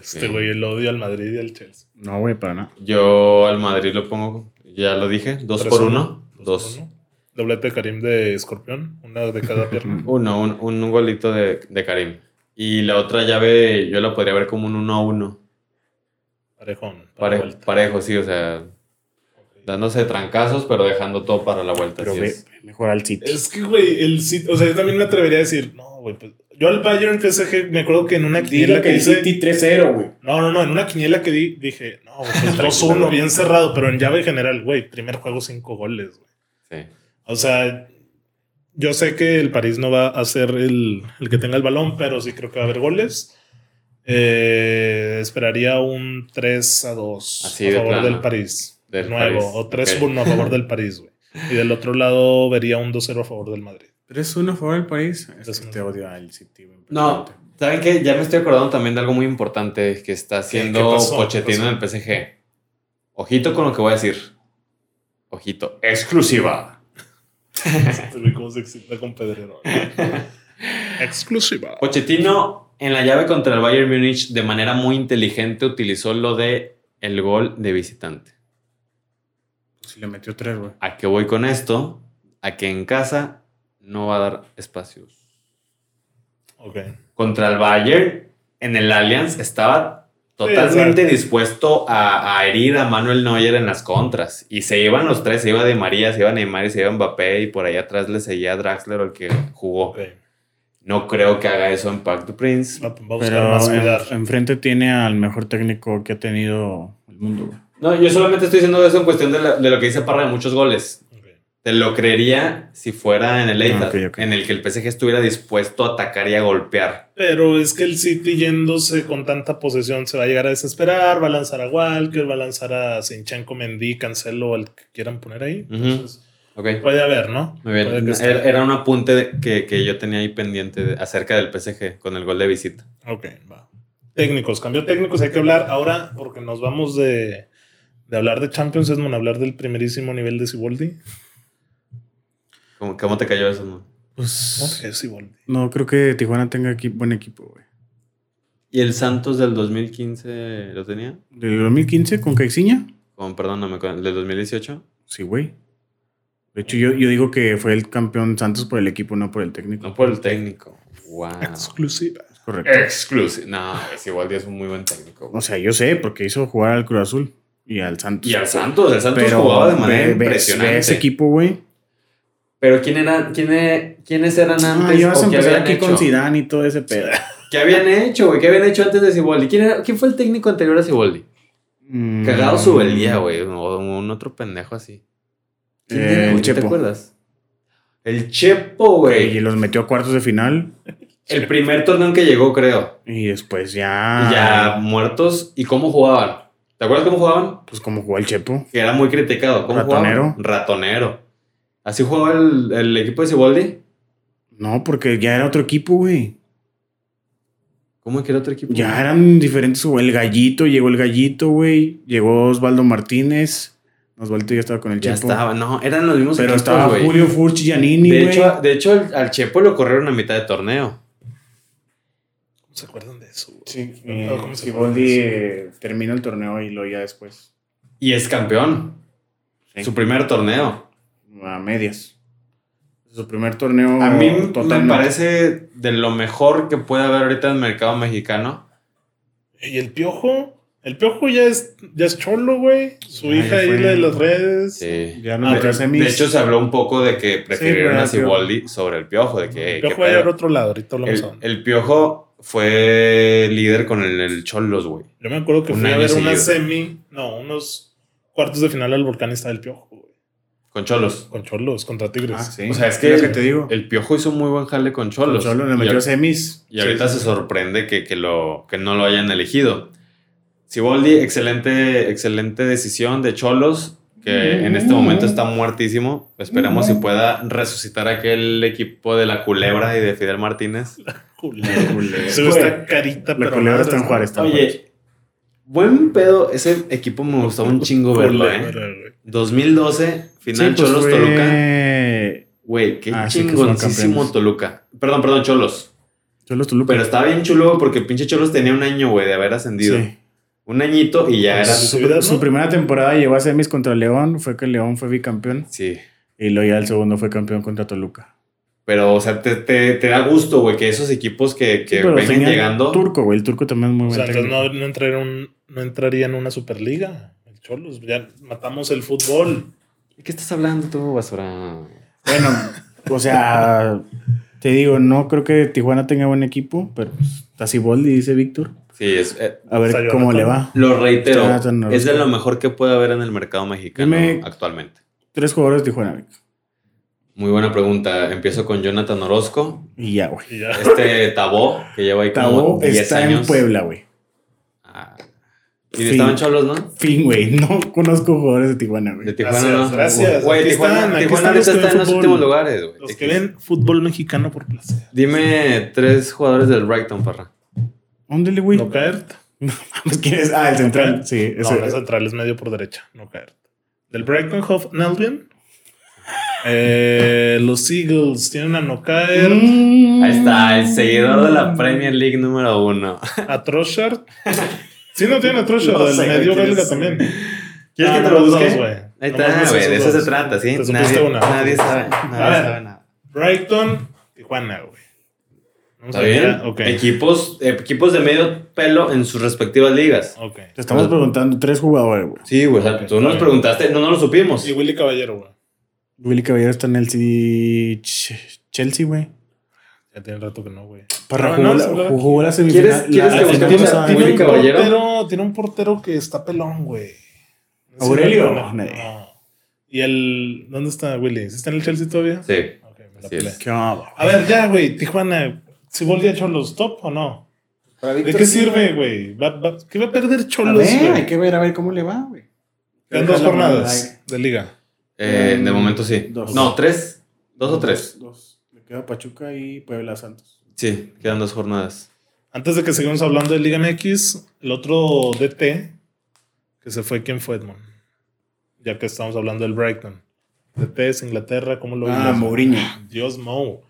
Este güey, el odio al Madrid y al Chelsea. No, güey, para nada. Yo al Madrid lo pongo, ya lo dije, dos Tres, por uno. por Dos. uno. Doblete de Karim de Escorpión, una de cada pierna. Uno, Uh, un, un golito de, de Karim. Y la otra llave yo la podría ver como un 1 a 1. Parejón. para la Parejo, vuelta. parejo, sí, o sea, dándose trancazos, pero dejando todo para la vuelta. Pero así ve, es. mejor al City. Es que, güey, el City- O sea, yo también me atrevería a decir, no, güey, pues. Yo al Bayern PSG me acuerdo que en una quiniela que hice. 3-0, güey. No, no, no, en una quiniela que di, dije, no, güey, pues 2-1, bien cerrado, pero en llave general, güey, primer juego cinco goles, güey. Sí. O sea, yo sé que el París no va a ser el, el que tenga el balón, pero sí creo que va a haber goles. Eh, esperaría un 3 a 2 Así a de favor plano. del París. Del nuevo, París, o 3 ok. 1 a favor del París, güey. Y del otro lado vería un 2-0 a favor del Madrid. 3-1 a favor del París. Tres Es que uno. te odio al City, güey. No, ¿saben qué? Ya me estoy acordando también de algo muy importante que está haciendo qué pasó? Pochettino en el PSG. Ojito con lo que voy a decir. Ojito. Exclusiva. Este güey, ¿Cómo se excita con Pedrero? Exclusiva. Pochettino en la llave contra el Bayern Múnich de manera muy inteligente utilizó lo de el gol de visitante. Si le metió 3, güey. ¿A qué voy con esto? A que en casa no va a dar espacios. Ok. Contra el Bayern en el Allianz estaba Sí, totalmente dispuesto a, a herir a Manuel Neuer en las contras. Y se iban los tres, se iba de María, se iba Neymar y se iba Mbappé y por ahí atrás le seguía Draxler el que jugó. ok. No creo que haga eso en Pack the Prince. Va, va a buscar Pero más en- cuidar. enfrente tiene al mejor técnico que ha tenido el mundo, güey. No, yo solamente estoy diciendo eso en cuestión de, la- de lo que dice Parra de muchos goles. Ok. Te lo creería si fuera en el Etihad, ok, ok. en el que el PSG estuviera dispuesto a atacar y a golpear. Pero es que el City yéndose con tanta posesión se va a llegar a desesperar, va a lanzar a Walker, va a lanzar a Sinchenko, Mendy, Cancelo, al que quieran poner ahí. Ujú. Entonces, Ok, puede haber, ¿no? muy bien. Puede que Era, esté. era un apunte de- que, que yo tenía ahí pendiente de- acerca del PSG con el gol de visita. Ok, va. Técnicos, cambió técnicos, hay que hablar ahora porque nos vamos de, de hablar de Champions, es hablar del primerísimo nivel de Siboldi. ¿Cómo, cómo te cayó eso? no? ¿Cómo que es Siboldi? Pues, No creo que Tijuana tenga equi- buen equipo, güey. ¿Y el Santos del 2015 lo tenía? ¿Del 2015 con Caixinha? Con, perdóname, con el del 2018. Sí, güey. De hecho, yo, yo digo que fue el campeón Santos por el equipo, no por el técnico. No por el técnico. Wow. Exclusiva. Es correcto. Eh. Eh. Exclusive. No, es igual, es un muy buen técnico. O sea, yo sé, porque hizo jugar al Cruz Azul y al Santos. Y al Santos, el Santos Pero jugaba de manera ve- ves- impresionante. ve ese equipo, güey. Pero ¿quién eran, quién e- ¿quiénes eran Ah, antes? ya vas a o qué, empezar habían aquí hecho? con Zidane y todo ese pedo. ¿Qué habían hecho, güey? ¿Qué habían hecho antes de Siboldi? ¿Quién, era- quién fue el técnico anterior a Siboldi? Mm. Cagado su güey. O un otro pendejo así. ¿Quién Eh, tiene, el güey? ¿Te Chepo. acuerdas? El Chepo, Y güey. los metió a cuartos de final. El primer torneo en que llegó, creo. Y después ya. Y Ah. ya muertos. ¿Y cómo jugaban? ¿Te acuerdas cómo jugaban? Pues como jugó el Chepo. Que era muy criticado. ¿Cómo Ratonero. jugaban? Ratonero. ¿Así jugaba el, el equipo de Ciboldi? No, porque ya era otro equipo, güey. ¿Cómo que era otro equipo? Ya eran diferentes. güey. El gallito, llegó el gallito, güey. Llegó Osvaldo Martínez. Osvaldo ya estaba con el Ya Chepo. estaba. No, eran los mismos Pero equipos, estaba güey. Julio Furch y Giannini, De güey. hecho, de hecho, al- al Chepo lo corrieron a mitad de torneo. ¿Cómo se acuerdan de eso? güey? Sí, No, eh, ¿cómo se Siboldi llama? eh, termina el torneo y lo ya después. Y es campeón. Su primer torneo. A medias. Su primer torneo. A mí m- me totalmente. parece de lo mejor que puede haber ahorita en el mercado mexicano. ¿Y el piojo? El piojo ya es, ya es cholo, güey. Su Ya, hija ya ahí fue. la de las redes. Sí. Ya no Ah, metió a de- semis. Eh, De hecho, se habló un poco de que prefirieron pero a el Piojo. Siboldi sobre el piojo. De que, El "Ey, ¿qué piojo va a llegar pedo?". a otro lado, ahorita hablamos a el, dónde. el piojo fue líder con el, el Cholos, güey. Yo me acuerdo que un fui a año ver una seguido. semi, no, unos cuartos de final al volcanista del piojo, güey. Con Cholos. Con cholos, contra tigres. Ah, sí. O sea, es Es que, lo que te digo. el piojo hizo muy buen jale con Cholos. Solo le Y metió a- a semis. Y ahorita se sorprende que, que lo, que no lo hayan elegido. Siboldi, excelente, excelente decisión de Cholos, que en este momento está muertísimo. Esperemos si pueda resucitar aquel equipo de la culebra y de Fidel Martínez. Culero. Se ve Güey, esta carita, La culebra está en madre, Juárez. está en Juárez. Oye, buen pedo. Ese equipo me gustó un chingo verlo, ¿eh? culebra, güey. 2012, final Sí, pues Cholos fue- Toluca. Güey, qué Ah, sí, que son chingoncísimo campeones. Toluca. Perdón, perdón, Cholos. Cholos Toluca. Pero estaba bien chulo porque pinche Cholos tenía un año, güey, de haber ascendido. Sí. Un añito y ya era. Pues, Su, ¿no? su primera temporada llegó a semis contra León. Fue que León fue bicampeón. Sí. Y luego ya el segundo fue campeón contra Toluca. Pero, o sea, te, te- te da gusto, güey, que esos equipos que, que Sí, pero vengan tenía llegando. Turco, güey. El turco también es muy O bueno. sea, entonces no, no entraría en un- no entraría en una superliga. El cholos, ya matamos el fútbol. ¿De qué estás hablando tú, basura? Bueno, o sea, te digo, no creo que Tijuana tenga buen equipo, pero así Boldi, dice Víctor. Sí, es, eh, A ver Está llorando. cómo le va. lo reitero. Jonathan Orozco. es de lo mejor que puede haber en el mercado mexicano Dime- actualmente. Tres jugadores de Tijuana, Vic. Muy buena pregunta. Empiezo con Jonathan Orozco. Y ya, güey. Y ya. Este Tabó, que lleva ahí como Tabó 10 está años. en Puebla, güey. Ah. Y Sí. estaban cholos, ¿no? Fin, güey. No conozco jugadores de Tijuana, De güey. Tijuana, Gracias, ¿no? gracias. Güey, Aquí Tijuana, están, aquí Tijuana están los ahorita que está en ven los fútbol. últimos lugares, güey. Los que ven fútbol mexicano por placer. Dime tres jugadores del Brighton, parra. Óndele, güey. No caer. Mames, ¿quién es? Ah, el central. Sí, No, ese. no es central, es medio por derecha. No caer. Del Brighton Hove Albion. Eh, los Eagles tienen a no caer. Mm. Ahí está, el seguidor de la Premier League número uno. A Troshard. Sí, no tienen a Troshard. No del sé, güey, medio ¿quién belga es? también. ¿Quieres Ah, que te no, lo los busque? dos, güey. Ahí Nomás está, los güey, de eso esos se dos. trata, ¿sí? Te supiste Nadie, una. nadie sabe, nadie ver. sabe nada. Brighton, Tijuana, güey. Vamos ¿Está a ver, bien? ya, Ok. Equipos, equipos de medio pelo en sus respectivas ligas. Ok. Te estamos preguntando tres jugadores, güey. Sí, güey, o sea, Ok, tú está nos bien. preguntaste, no, no lo supimos. Y Willy Caballero, güey. Willy Caballero está en el C- Ch- Chelsea, güey. Ya tiene rato que no, güey. Para No, jugó, no, la, se lo- jugó la ¿Quieres- semifinal. quieres la- que la busquemos Este, Tiene- a pasada, tiene güey. un Willy Caballero? portero- Tiene un portero que está pelón, güey. No sé ¿Aurelio? si lo conoce. No. ¿Y el. ¿Dónde está Willy? ¿Sí ¿Está en el Chelsea todavía? Sí. Ok, me la Así pelé. es. Qué babo. A ver, ya, güey. Tijuana, ¿si volvía a Cholos top o no? ¿De qué sirve, güey? Va- va- ¿Qué va a perder A Cholos, ver, hay güey? que ver, a ver cómo le va, güey. En dos jornadas de liga. Eh, Mm, de momento sí. Dos. No, tres. ¿Dos o tres? Dos. Le queda Pachuca y Puebla Santos. Sí, quedan dos jornadas. Antes de que sigamos hablando de Liga MX, el otro DT que se fue, ¿quién fue Edmond? Ya que estamos hablando del Brighton. DT es Inglaterra, ¿cómo lo Ah, vimos? Mourinho. Dios, Mou.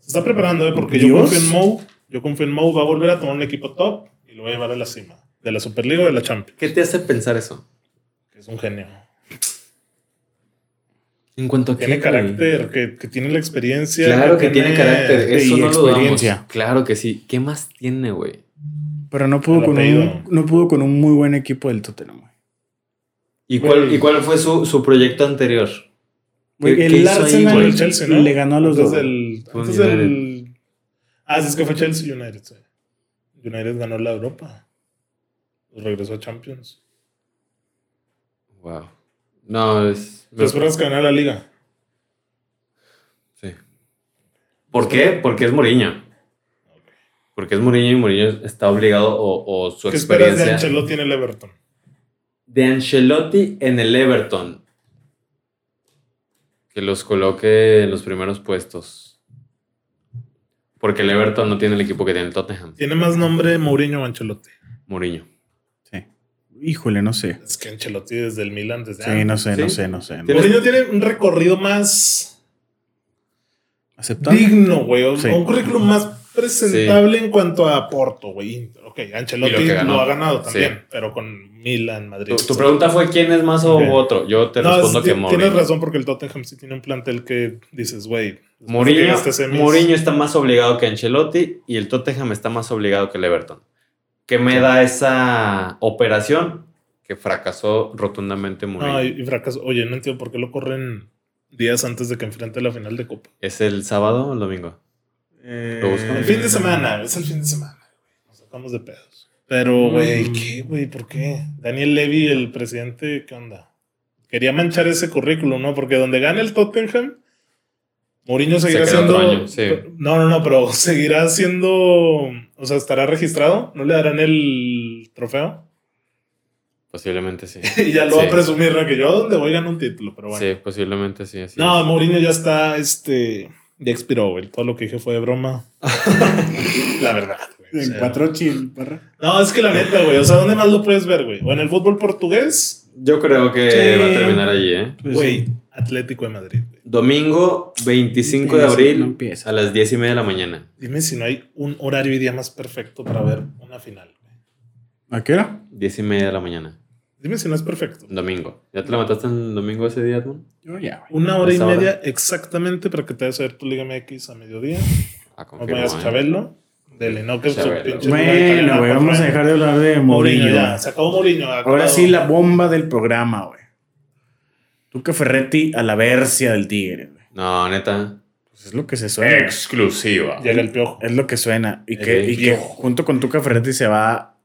Se está preparando, ¿eh? porque yo ¿Dios? confío en Mou. Yo confío en Mou, va a volver a tomar un equipo top y lo va a llevar a la cima. De la Superliga o de la Champions. ¿Qué te hace pensar eso? que Es un genio. En cuanto a Tiene qué, güey? carácter, que, que tiene la experiencia. Claro que tiene carácter, y eso no lo damos. experiencia. Claro que sí. ¿Qué más tiene, güey? Pero no pudo, El con apellido. un, no pudo con un muy buen equipo del Tottenham, güey. ¿Y cuál, Güey. ¿Y cuál fue su, su proyecto anterior? Güey, ¿Qué- el qué hizo ahí, Arsenal güey? El Chelsea, ¿no? le ganó a los Antes dos. del- Fue antes Pues United. del- Ah, sí, es que fue Chelsea United. sí. United ganó la Pues Europa. Regresó a Champions. Wow. No, es. ¿Te esperas ganar la liga? Sí. ¿Por qué? Porque es Mourinho. Porque es Mourinho y Mourinho está obligado o, o su ¿Qué esperas de experiencia. Ancelotti en el Everton? de Ancelotti en el Everton. Que los coloque en los primeros puestos. Porque el Everton no tiene el equipo que tiene el Tottenham. ¿Tiene más nombre Mourinho o Ancelotti? Mourinho. Sí. Híjole, no sé. Es que Ancelotti desde el Milan, desde Sí, no sé, no sí. sé, no sé. no Tiene- sé. Mourinho tiene un recorrido más ¿Aceptable? digno, güey. o- Sí. Un currículum más presentable en cuanto a Porto, güey. Ok, Y lo Ancelotti que lo, ganó. ha ganado Sí. también, pero con Milan, Madrid. Tu, tu pregunta fue quién es más o Ok. otro. Yo te No, respondo es- que ti- Mourinho. Tienes razón porque el Tottenham sí tiene un plantel que dices, güey. después de que Mourinho, llegaste a semis- Mourinho está más obligado que Ancelotti y el Tottenham está más obligado que el Everton. Que me da esa operación que fracasó rotundamente Mourinho. No, y, y fracaso. Oye, no entiendo por qué lo corren días antes de que enfrente la final de Copa. ¿Es el sábado o el domingo? Eh, Lo busco. El fin de semana, es el fin de semana. güey. Nos sacamos de pedos. Pero, güey, Mm. ¿qué, güey? ¿Por qué? Daniel Levy, el presidente, ¿qué onda? Quería manchar ese currículum, ¿no? Porque donde gane el Tottenham, Mourinho Se seguirá queda otro siendo. año, sí. No, no, no, pero seguirá siendo. O sea, estará registrado. No le darán el trofeo. Posiblemente sí. Y ya lo va a Sí. presumir, ¿no? Que yo a donde voy gano un título, pero bueno. Sí, posiblemente sí. así No, es. Mourinho ya está, este, ya expiró, güey. Todo lo que dije fue de broma. la verdad, güey. O sea, chil, parra. No, es que la neta, güey. O sea, ¿dónde más lo puedes ver, güey? O en el fútbol portugués, Yo creo que Sí. va a terminar allí, ¿eh? Pues güey, sí. Atlético de Madrid, güey. Domingo 25 de Empieza, no abril empieza. a las 10 y media de la mañana. Dime si no hay un horario y día más perfecto para ver una final. güey. ¿A qué hora? 10 y media de la mañana. Dime si no es perfecto. Domingo. ¿Ya te levantaste en domingo ese día, Edmond? Yo ya, güey. Una hora y Hasta ahora. media exactamente para que te vayas a ver tu Liga MX a mediodía. A No confirmar. vayas a Chabelo. Dele, no, que es su eh. Chabelo. pinche. Bueno, güey, vamos a dejar de hablar de Mourinho. Mourinho. Pues ya, se acabó Mourinho. Ahora acabado. sí, la bomba del programa, güey. Tuca Ferretti a la versia del Tigre, güey. No, neta. Pues es lo que se suena. Exclusiva. Llega el piojo. Es lo que suena. Y El que, y que viejo. junto con Tuca Ferretti se va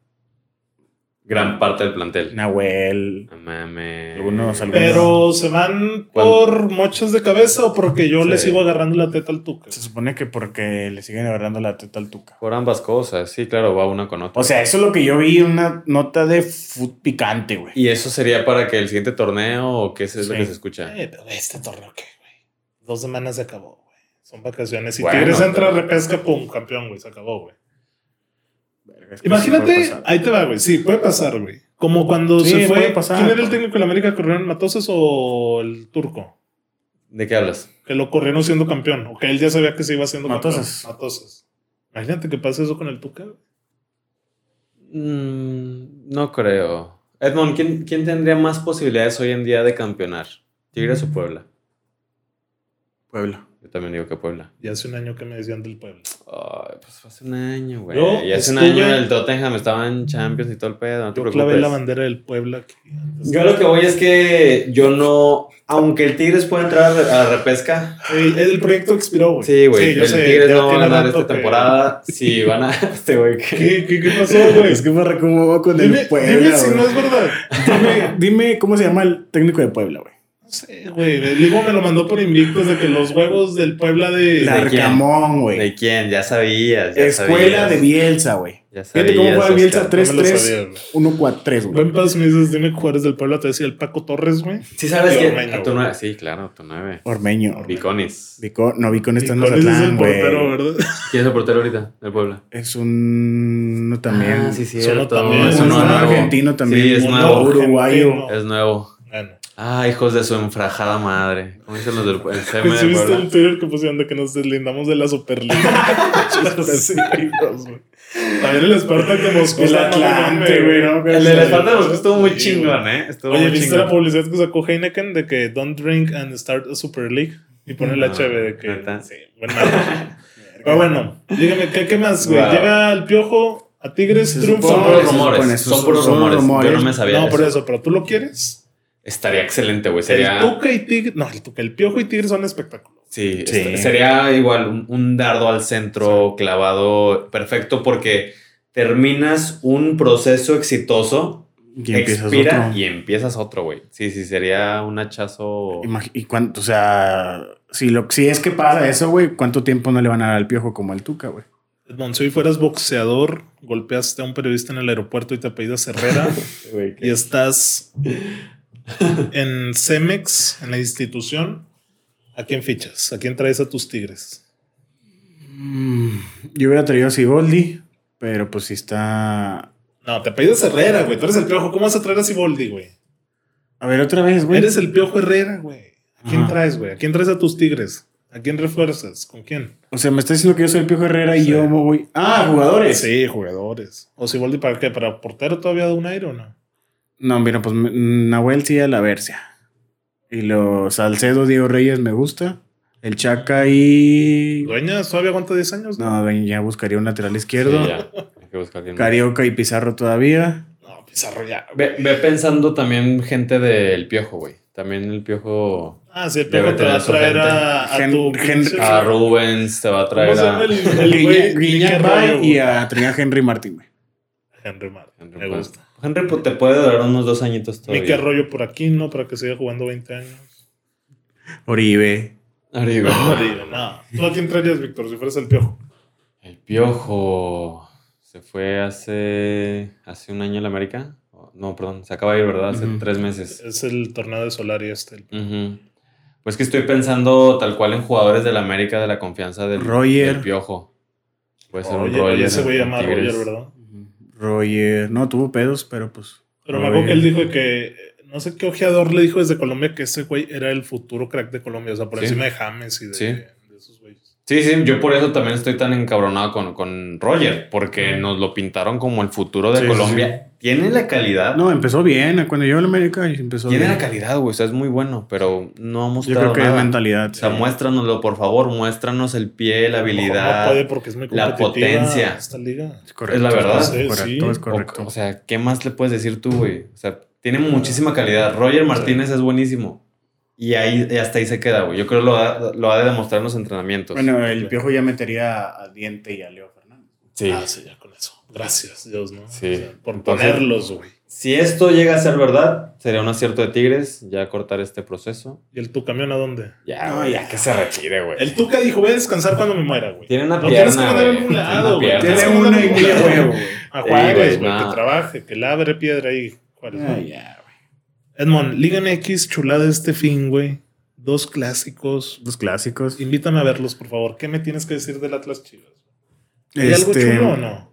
Gran parte del plantel. Nahuel. No mames. Algunos, algunos. Pero se van por mochas de cabeza o porque yo le Sí. sigo agarrando la teta al tuca. Se supone que porque le siguen agarrando la teta al Tuca. Por ambas cosas. Sí, claro, va una con otra. O sea, eso es lo que yo vi en una nota de fut picante, güey. ¿Y eso sería para que el siguiente torneo o qué es lo Sí. que se escucha? Eh, pero este torneo qué, güey. Dos semanas se acabó, güey. Son vacaciones. Si Bueno, Tigres entra, pero- repesca, pum, campeón, güey. Se acabó, güey. Verga, es que Pues sí puede Imagínate, pasar. ahí te va, güey. Sí, puede pasar, güey. Como cuando Sí, se fue. puede pasar. ¿Quién era el técnico de la América? ¿Corrieron Matosas o el turco? ¿De qué hablas? Que lo corrieron siendo campeón. O que él ya sabía que se iba siendo Matosas. campeón. Matosas. Imagínate que pase eso con el Tuca. güey. Mm, no creo. Edmond, ¿quién, quién tendría más posibilidades hoy en día de campeonar? ¿Tigres o Puebla? Puebla. Yo también digo que Puebla. Y hace un año que me decían del pueblo. Ay, pues fue hace un año, güey. Yo Y hace un estuve- año el Tottenham estaba en Champions y todo el pedo. No te Yo clavé preocupes. la bandera del Puebla aquí. antes. pues Yo lo que voy es que yo no. Aunque el Tigres pueda entrar a re- a repesca, Ey, el proyecto expiró, güey. Sí, güey. yo el sé, Tigres ya no va a tiene ganar rato esta que- temporada. Sí, van a. Este güey. que- ¿Qué, qué, qué pasó, güey? Es que me recomodo con Dime, el Puebla. dime si güey. no es verdad. Dime- dime cómo se llama el técnico de Puebla, güey. No sé, güey. El Diego me lo mandó por invictos de que los huevos del Puebla de. La- Larcamón, güey. ¿De quién? Ya sabías. Ya Escuela sabías. de Bielsa, güey. Ya Fíjate cómo sabías, juega Bielsa No Oscar. me lo 3-3, sabía, güey. 1-4-3, güey. Buen paso me dices, dime jugadores del Puebla. Te decía el Paco Torres, güey. Sí, sabes Y que. Ormeño, A tu güey. nueve. Sí, claro, tu nueve. Ormeño. Viconis. Vico- no, Vicón está en Nicolás es Mazatlán, el güey. portero, ¿verdad? ¿Quién es el portero ahorita del Puebla? Es un... no, también. Ah, sí, Solo cierto. también. Es Es uno un nuevo. argentino también. Sí, es Un nuevo. Uruguayo. argentino. Es nuevo. Bueno, Ah, hijos de su enfrajada madre. ¿Cómo dicen los del el CM pues, del ¿Viste el Puebla? Twitter que pusieron de que nos deslindamos de la Superliga? Muchos pendejos, güey. También el Esparta que Moscú. El está Atlante, mamón, güey, ¿no? El de la espalda de Moscú estuvo muy Sí, chingón, ¿eh? Estuvo Oye, muy ¿viste chingón. la publicidad que sacó Heineken de que don't drink and start a Super League? Y pone la No, chévere de que. neta. Sí, bueno. Pero bueno, dígame, ¿qué, qué más, güey? Wow. Llega el piojo a Tigres, Se triunfa. Son supone- puros Se supone, rumores. se Son puros supone rumores. Yo rumores. no me sabía. no, por eso. eso, pero tú lo quieres. Estaría excelente, güey. El Sería. Tuca y Tigres. No, el Tuca, el piojo y Tigres son espectáculos. Sí, Sí. este- sería igual un, un dardo al centro clavado perfecto porque terminas un proceso exitoso Y empiezas expira otro. y empiezas otro, güey. Sí, sí, sería un hachazo. Imag- ¿Y cuánto? O sea, si, lo, si es que pasa eso, güey, ¿cuánto tiempo no le van a dar al piojo como al Tuca, güey? Edmond, si hoy fueras boxeador, golpeaste a un periodista en el aeropuerto y te apellidas Herrera Güey, que- y estás en Cemex, en la institución, ¿a quién fichas? ¿A quién traes a tus tigres? Mm, Yo hubiera traído a Siboldi, pero pues si está. No, te apellidas Herrera, güey. Tú eres el piojo. ¿Cómo vas a traer a Siboldi, güey? A ver, otra vez, güey. Eres el piojo Herrera, güey. ¿A quién Ajá. traes, güey? ¿A quién traes a tus tigres? ¿A quién refuerzas? ¿Con quién? O sea, me está diciendo que yo soy el piojo Herrera y Sí. yo me voy. Ah, jugadores. Sí, jugadores. ¿O Siboldi para qué? ¿Para portero todavía de un aire o no? No, mira, pues me- Nahuel sí a la Versia. Y los Salcedo, Diego Reyes me gusta. El Chaca y. ¿Dueñas todavía aguanta 10 años? No, ven, ya buscaría un lateral Sí, izquierdo. ya. Hay que buscar alguien. Carioca y Pizarro todavía. No, Pizarro ya. Ve, ve pensando también gente del piojo, güey. También el piojo. Ah, sí, el piojo Debe te va a tener su traer gente. a, a Gen- tu. Gen- pinche- A Rubens te va a ¿Cómo traer se llama a. el- el güey? Guiñac Guiñac Guiñac Raya, va güey. y a Trinidad Henry Martín, güey. Henry Martin. Henry Me Pan. gusta. Henry pues, te puede durar unos dos añitos todavía. Mickey Arroyo por aquí, ¿no? Para que siga jugando 20 años. Oribe. Arriba. Jodido, no. ¿Tú a quién traerías, Víctor, si fueras el piojo? El piojo se fue hace. hace un año en la América. No, perdón, se acaba de ir, ¿verdad? Hace Ujú. tres meses. Es el torneo de Solari este. el- Ujú. Pues que estoy pensando tal cual en jugadores de la América de la confianza del, Roger. del piojo. Puede ser un Oye, Roger. oye, ese güey en llamado Tigres. Roger, ¿verdad? Roger. No, tuvo pedos, pero pues. Pero me Roger. acuerdo que él dijo que... No sé qué ojeador le dijo desde Colombia que ese güey era el futuro crack de Colombia. O sea, por Sí. encima de James y de, Sí. de esos güeyes. Sí, sí, yo por eso también estoy tan encabronado con, con Roger, porque nos lo pintaron como el futuro de Sí, sí, Colombia. Tiene la calidad. No, empezó bien. Cuando llegó a la América empezó Tiene bien. la calidad, güey. O sea, es muy bueno, pero no ha Yo mostrado creo que es nada. mentalidad. O sea, muéstranoslo, por favor. Muéstranos el pie, la No habilidad. puede porque es muy la competitiva potencia. esta liga. Es correcto. la verdad. Es Sí, correcto, sí. es O- correcto. O, o sea, ¿qué más le puedes decir tú, güey? O sea, tiene Ah, muchísima calidad. Roger Martínez es buenísimo. Y ahí y hasta ahí se queda, güey. Yo creo que lo ha, lo ha de demostrar en los entrenamientos. bueno, el piojo ya metería a Diente y a Leo Fernández. sí. Ah, sí, ya con eso. Gracias, Dios, ¿no? Sí. O sea, por Entonces- ponerlos, güey. Si esto llega a ser verdad, sería un acierto de Tigres ya cortar este proceso. ¿Y el tu camión a dónde? Ya, No, güey, ya. que se retire, güey. El Tuca dijo, voy a descansar cuando me muera, güey. Tiene una No tienes que pierna, mandar a güey. algún Tiene lado, una güey. pierna. Tienes Tiene que mandar una a y algún media lado. huevo. A Sí, Juárez, güey, güey, no. que trabaje, que labre piedra ahí. Juárez, ¿no? Ah, ya, güey. Edmond, Liga MX, chulada este fin, güey. Dos clásicos. Los clásicos. Invítame a verlos, por favor. ¿Qué me tienes que decir del Atlas Chivas? ¿Hay algo Este, chulo o no?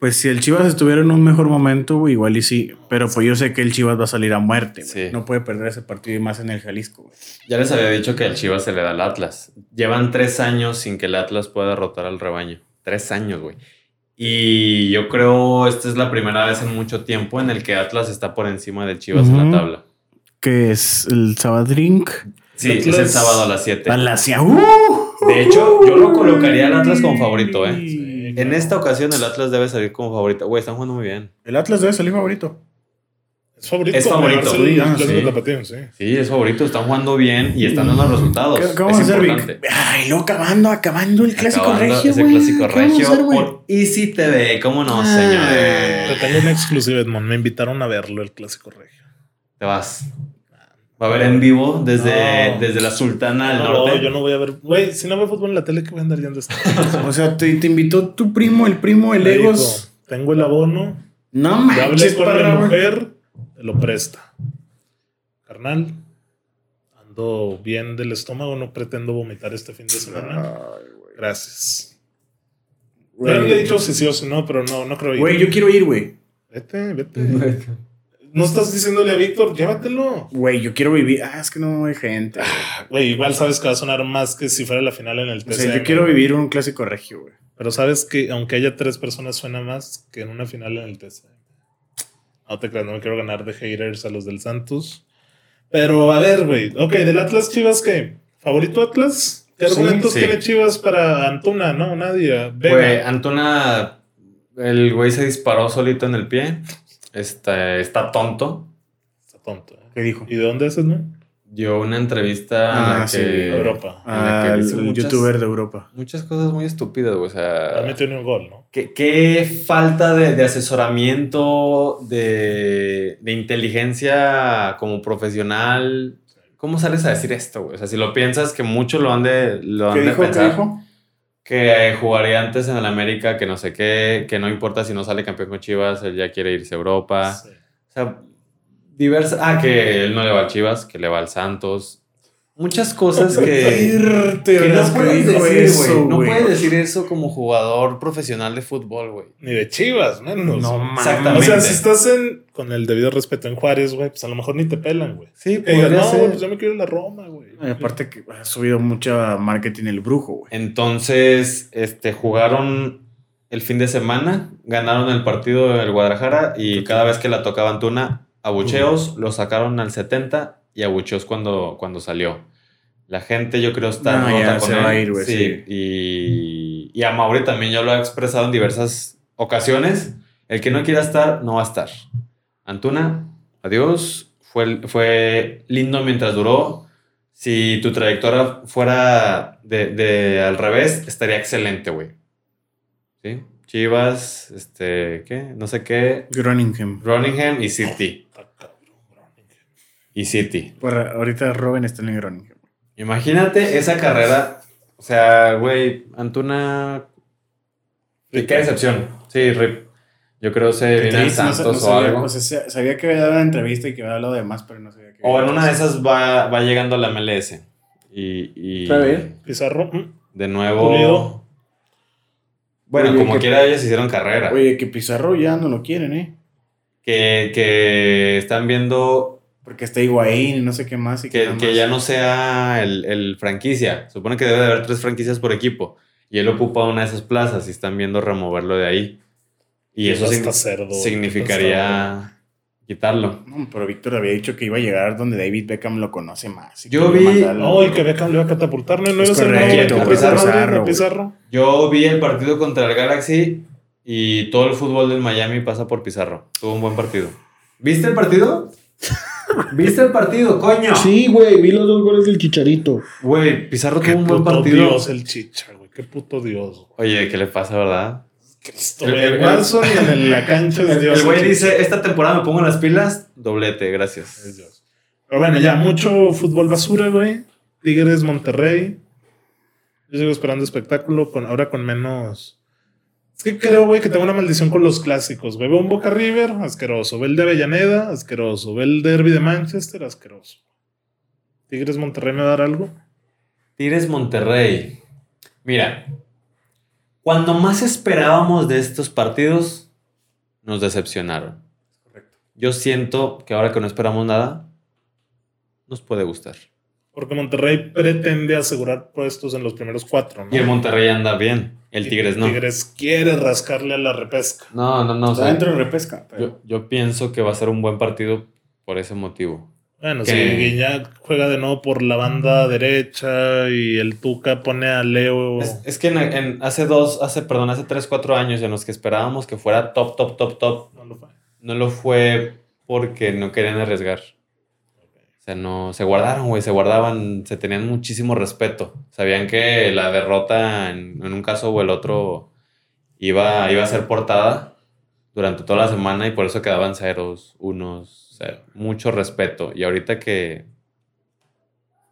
Pues si el Chivas estuviera en un mejor momento, güey, igual y sí. Pero pues yo sé que el Chivas va a salir a muerte. güey. Sí. No puede perder ese partido y más en el Jalisco. güey. Ya les había dicho que al Chivas se le da al Atlas. Llevan tres años sin que el Atlas pueda derrotar al rebaño. Tres años, güey. Y yo creo esta es la primera vez en mucho tiempo en el que Atlas está por encima de Chivas en Ujú. la tabla. Que es el Sabadrink. Sí, El es el Atlas- sábado a las 7. Palacia. ¡Uh! De Eh, hecho, yo lo colocaría al Atlas como favorito, ¿eh? Sí. En esta ocasión el Atlas debe salir como favorito. Güey, están jugando muy bien. El Atlas debe salir favorito. Es favorito. es favorito. ganarse el Sí, ah, clásico sí. tapatío, sí. Sí, es favorito, están jugando bien y están dando resultados. ¿Qué, qué es vamos Mm. a hacer, importante. Vic? Ay, no, acabando, acabando el clásico Acabando regio, ese güey. clásico ¿Qué vamos a regio hacer, güey? por Easy TV, ¿cómo no, Ah. Te señores? tengo una exclusiva, Edmond. Me invitaron a verlo, el clásico regio. Te vas. Va a ver en vivo desde, No. desde la Sultana del No, Norte. yo no voy a ver. Güey, si no veo fútbol en la tele, ¿qué voy a andar yendo a esta? O sea, te, te invitó tu primo, el primo, el Me dijo, Egos. Tengo el abono. No Ya hablé manches, con mi parra, güey. mujer, te lo presta. Carnal, ando bien del estómago, no pretendo vomitar este fin de semana. Gracias. Güey. Yo no le he dicho si sí o si no, pero no, no creo ir. Güey, yo quiero ir, güey. Vete, vete. No estás diciéndole a Víctor, llévatelo. Güey, yo quiero vivir. Ah, es que no hay gente. güey. Ah, Güey, igual sabes que va a sonar más que si fuera la final en pues el TCM. O sea, yo quiero vivir un clásico regio, güey. Pero sabes que aunque haya tres personas suena más que en una final en el TC. No te creas, no me quiero ganar de haters a los del Santos. Pero a ver, güey. Ok, del Atlas Chivas, ¿qué? ¿Favorito Atlas? ¿Qué Sí, argumentos sí. tiene Chivas para Antuna? No, nadie. Güey, Venga. Antona, el güey se disparó solito en el pie. Este, está tonto. Está tonto. ¿eh? ¿Qué dijo? ¿Y de dónde es, no? dio una entrevista en la Ah, sí. que- Europa. en Ah, la que Al dice muchas- youtuber de Europa. Muchas cosas muy estúpidas, güey. O sea, Ahí metió ni un gol, ¿no? ¿Qué, qué falta de, de asesoramiento, de, de inteligencia como profesional? ¿Cómo sales a decir esto, güey? O sea, si lo piensas, que mucho lo han de, lo han de pensar. Que eh, jugaría antes en el América, que no sé qué, que no importa si no sale campeón con Chivas, él ya quiere irse a Europa. Sí. O sea, diversas... Ah, que él no le va al Chivas, que le va al Santos. Muchas cosas que... Irte, Que ¿verdad? no puedes Dijo decir, eso, güey. No güey. puedes decir eso como jugador profesional de fútbol, güey. Ni de Chivas, menos. No güey. mames. o Exactamente. sea, si estás en, con el debido respeto en Juárez, güey, pues a lo mejor ni te pelan, güey. Sí, Que digas, podría no, ser. güey, pues yo me quiero ir a la Roma, güey. Y Aparte que ha subido mucha marketing el brujo, güey. Entonces, este, jugaron el fin de semana, ganaron el partido del Guadalajara y cada vez que la tocaba Antuna, abucheos, lo sacaron al 70 y abucheos cuando, cuando salió. La gente, yo creo, está No, en Ah, ya nota con se él. va a ir, güey, sí. Y, y a Mauri también ya lo ha expresado en diversas ocasiones. El que no quiera estar, no va a estar. Antuna, adiós. Fue, fue lindo mientras duró. Si tu trayectoria fuera de, de al revés, estaría excelente, güey. ¿Sí? Chivas, este, ¿qué? No sé qué. Groningen. Groningham y City. Está cabrón, güey. Y City. Por- ahorita Robin está en el Groningen. Imagínate esa carrera. O sea, güey, Antuna. Qué decepción. Sí, Rip. Yo creo que se viene al Triste, no sa- no Santos o sabía, algo. o sea, sa- sabía que había dado una entrevista y que había hablado de más, pero no sabía que O en una de esas va, va llegando a la MLS. Y, y Está bien. Pizarro, mm, de nuevo. Pulido. Bueno, Oye, como que- quiera, ellos hicieron carrera. Oye, que Pizarro ya no lo quieren, ¿eh? Que, que están viendo Porque está Higuaín y no sé qué más. Y que, nada que más. ya no sea el, el franquicia. Supone que debe de haber tres franquicias por equipo. Y él ocupa una de esas plazas y están viendo removerlo de ahí. Y eso está signi- cerdo, güey. significaría quitarlo. No, pero Víctor había dicho que iba a llegar donde David Beckham lo conoce más. y Yo que vi- mandarlo- No, y que Beckham le iba a catapultar, ¿no? Y No Es iba a ser correcto, nada, güey. güey. Pizarro, Pizarro, güey, güey. Pizarro. Yo vi el partido contra el Galaxy y todo el fútbol del Miami pasa por Pizarro. Tuvo un buen partido. ¿Viste el partido? ¿Viste el partido, coño? Sí, güey, vi los dos goles del Chicharito. Güey, Pizarro Qué tuvo un buen puto partido. dios el chicha, güey. Qué puto dios, güey. Oye, ¿qué le pasa, verdad? Cristo, El- güey. el- El Watson en el- la cancha es dios. El güey Chicha. dice, esta temporada me pongo las pilas, doblete, gracias. Es dios. Pero bueno, ya, mucho fútbol basura, güey. Tigres, Monterrey. Yo sigo esperando espectáculo, con, ahora con menos... Es que creo, güey, que tengo una maldición con los clásicos, güey. Veo un Boca River, asqueroso. Ve el de Avellaneda, asqueroso. Ve el derby de Manchester, asqueroso. Tigres, Monterrey, ¿me va a dar algo? Tigres Monterrey. Mira, cuando más esperábamos de estos partidos, nos decepcionaron. Yo siento que ahora que no esperamos nada, nos puede gustar. Porque Monterrey pretende asegurar puestos en los primeros cuatro, ¿no? Y el Monterrey anda bien, el Tigres no. Tigres quiere rascarle a la repesca. No, no, no. o Está sea, dentro de repesca. pero- yo, yo pienso que va a ser un buen partido por ese motivo. Bueno, Que- si Guiñac juega de nuevo por la banda derecha y el Tuca pone a Leo. Es, es que en, en- hace dos, hace, perdón, hace tres, cuatro años en los que esperábamos que fuera top, top, top, top, No lo fue. no lo fue porque no querían arriesgar. O sea, no, se guardaron, güey, se guardaban, se tenían muchísimo respeto. Sabían que la derrota en, en un caso o el otro iba, iba a ser portada durante toda la semana y por eso quedaban ceros, unos, o sea, mucho respeto. Y ahorita que,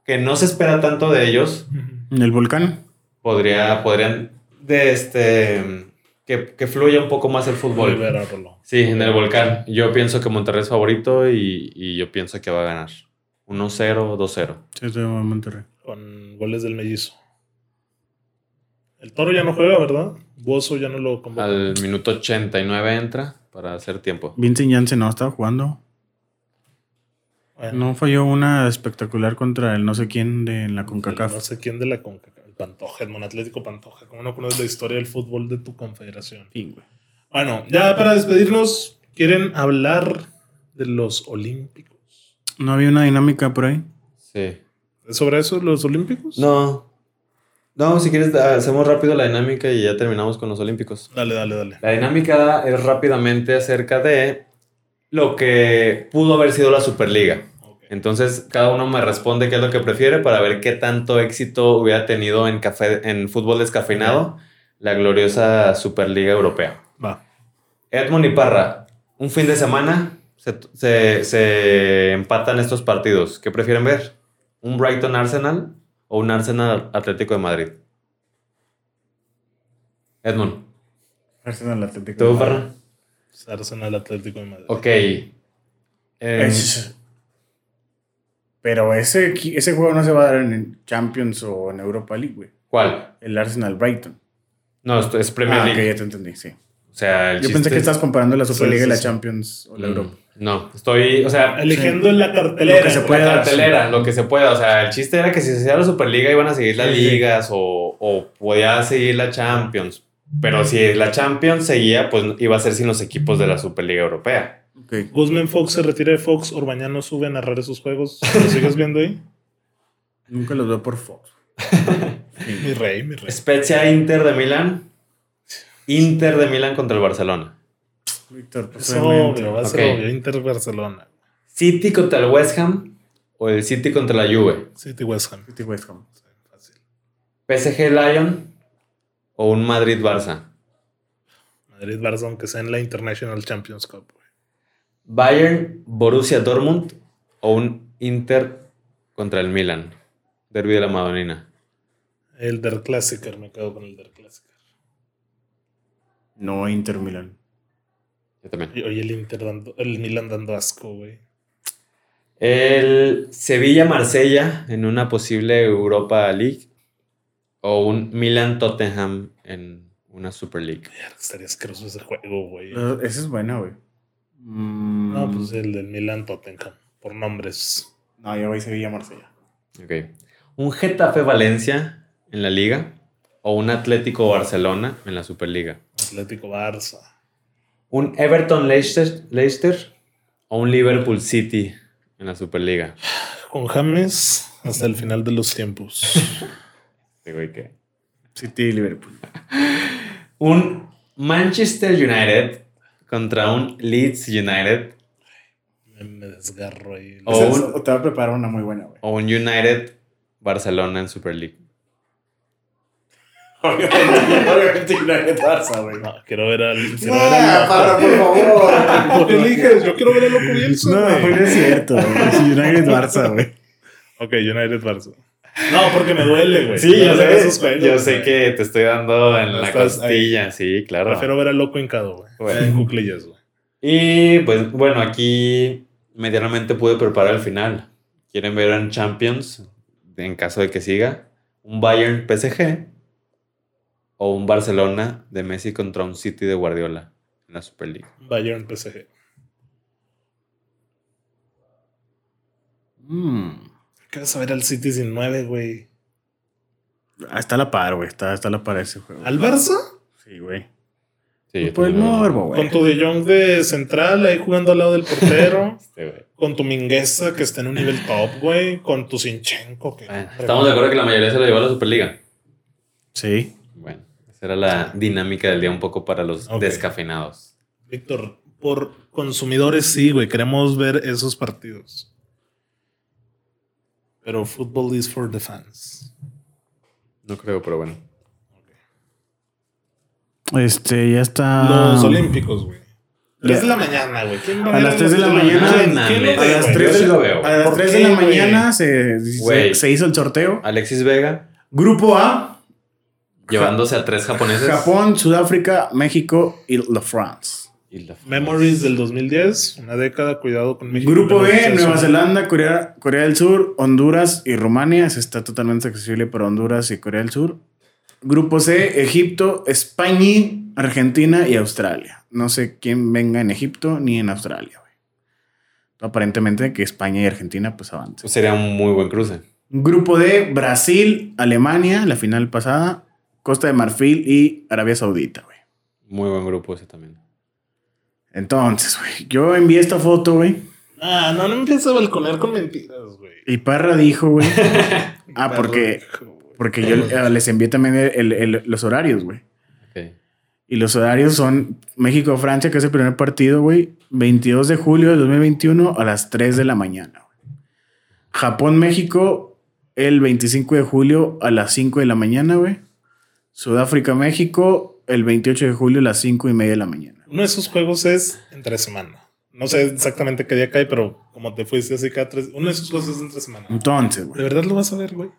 que no se espera tanto de ellos, ¿En el volcán? podría, podrían de este que, que fluya un poco más el fútbol. Liberarlo. Sí, en el volcán. Yo pienso que Monterrey es favorito y, y yo pienso que va a ganar. 1-0, 2-0. Sí, estoy en Monterrey. Con goles del mellizo. El toro ya no juega, ¿verdad? Bozo ya no lo convoca. Al minuto 89 entra para hacer tiempo. Vincent Janssen no estaba jugando. Bueno, No falló una espectacular contra el no sé quién de la CONCACAF. No sé quién de la CONCACAF. El Pantoja, el Atlético Pantoja. ¿Cómo no conoces la historia del fútbol de tu confederación? Sí, güey. Bueno, ya para despedirnos, ¿quieren hablar de los Olímpicos? ¿No había una dinámica por ahí? Sí. ¿Es sobre eso los Olímpicos? No. No, si quieres, hacemos rápido la dinámica y ya terminamos con los Olímpicos. Dale, dale, dale. La dinámica es rápidamente acerca de lo que pudo haber sido la Superliga. Ok. Entonces, cada uno me responde qué es lo que prefiere para ver qué tanto éxito hubiera tenido en, café, en fútbol descafeinado la gloriosa Superliga Europea. Va. Edmond y Parra, un fin de semana se, se- se empatan estos partidos. ¿Qué prefieren ver? ¿Un Brighton Arsenal o un Arsenal Atlético de Madrid? Edmond, Arsenal Atlético. ¿tú, Parra? Arsenal Atlético de Madrid. Ok. Em, Eh, Eh, Es- pero ese, equi- ese juego no se va a dar en Champions o en Europa League, güey. ¿Cuál? El Arsenal Brighton. No, esto es Premier Ah, ok, League. ya te entendí, sí. O sea, el Yo pensé chiste que es- estás comparando la Superliga Sí, sí, y la sí. Champions o la Mm, Europa. No, estoy, o sea, Eligiendo en la cartelera. Lo que se puede la dar, cartelera, lo que se pueda. O sea, el chiste era que si se hacía la Superliga iban a seguir las Sí, sí. ligas o, o podía seguir la Champions. Pero si la Champions seguía, pues iba a ser sin los equipos de la Superliga Europea. Ok. Guzmán Fox se retira de Fox, Orbañano sube a narrar esos juegos. ¿Lo sigues viendo ahí? Nunca los veo por Fox. Mi rey, mi rey. Spezia Inter de Milán. Inter de Milán contra el Barcelona. Víctor, pues Es obviamente. obvio, va a ser Ok. obvio. Inter Barcelona, City contra el West Ham o el City contra la Juve. City West Ham. City West Ham. Fácil. PSG Lyon o un Madrid Barça. Madrid Barça, aunque sea en la International Champions Cup. güey. Bayern, Borussia Dortmund o un Inter contra el Milan. Derby de la Madonina. El Der Klassiker, me quedo con el Der Klassiker. No Inter Milan. Yo también. Y hoy el Inter dando, el Milan dando asco, güey. El Sevilla-Marsella en una posible Europa League o un Milan-Tottenham en una Super League. Verga, Estaría asqueroso ese juego, güey. Ah. Eh, Esa es buena, güey. Mm, No, pues el del Milan Tottenham, por nombres. No, yo voy Sevilla Marsella. Ok. Un Getafe-Valencia en la Liga o un Atlético-Barcelona en la Superliga. Atlético Barça. Un Everton-Leicester Leicester, o un Liverpool-City en la Superliga. Con James hasta el final de los tiempos. Digo, ¿y qué? City y Liverpool. un Manchester United contra un Leeds United me, me desgarro ahí. O O, un- te va a preparar una muy buena, güey. o un United Barcelona en Super League. Obviamente United Barça, güey. No, quiero ver al. Quiero ver Ah, al- para, por favor. ¿Tú eliges? Yo quiero ver a Loco Bielsa. No, güey. güey, no es cierto. güey. Sí, United Barça, güey. Ok, United Barça. No, porque me duele, güey. Sí, yo Me duelen sé, esos juegos, yo sé güey. que te estoy dando en la Estás costilla, sí, claro. Prefiero ver al loco hincado, güey. Bueno. En cuclillas, güey. Y pues bueno, aquí medianamente pude preparar el final. ¿Quieren ver en Champions, en caso de que siga, un Bayern PSG o un Barcelona de Messi contra un City de Guardiola en la Super League? Bayern PSG. Mm. ¿Qué vas a ver al City sin 9, güey? Ah, está a la par, güey. Está, está a la par ese juego. ¿Al Barça? Sí, güey. Sí, yo Por el también lo- morbo, güey. Con tu De Jong de central ahí jugando al lado del portero. Este, güey. con tu Mingueza que está en un nivel top, güey. Con tu Sinchenko que. Bueno, estamos de acuerdo que la mayoría se lo llevó a la Superliga. Sí. Bueno, esa era la dinámica del día un poco para los Ok. descafeinados. Víctor, por consumidores sí, güey. Queremos ver esos partidos. Pero football is for the fans. No creo, pero bueno. Este, ya está. Los Olímpicos, güey. 3 Ya. de la mañana, güey. ¿Quién va A ver las los tres de la tres mañana, ¿Quién lo mames. ve, A las güey? 3 Yo de, sí lo veo. a las ¿Por tres qué, de la güey? mañana se, Güey. se, se hizo el sorteo. Alexis Vega Grupo A: llevándose a tres japoneses. Japón, Sudáfrica, México y la France. Y la- Memories del 2010, una década, cuidado con México. Grupo B: Nueva Zelanda. Zelanda, Corea, Corea del Sur, Honduras y Rumania. Ese está totalmente accesible para Honduras y Corea del Sur. Grupo C: Egipto, España, Argentina y Australia. No sé quién venga en Egipto ni en Australia. güey. Aparentemente que España y Argentina pues avancen. Sería un muy buen cruce. Grupo D, Brasil, Alemania, la final pasada, Costa de Marfil y Arabia Saudita, güey. Muy buen grupo ese también. Entonces, güey, yo envié esta foto, güey, Ah, no, no empieces a balconear con mentiras, güey. y Parra dijo, güey. ah, porque, porque yo eh, les envié también el- el- los horarios, güey. Ok. Y los horarios son México-Francia, que es el primer partido, güey, 22 de julio de 2021 a las 3 de la mañana, güey. Japón-México el 25 de julio a las 5 de la mañana, güey. Sudáfrica-México el 28 de julio a las 5 y media de la mañana. Uno de esos juegos es entre semana. No sé exactamente qué día cae, pero como te fuiste así cada tres. Uno de esos juegos es entre semana. Entonces, ¿De güey. verdad lo vas a ver, güey?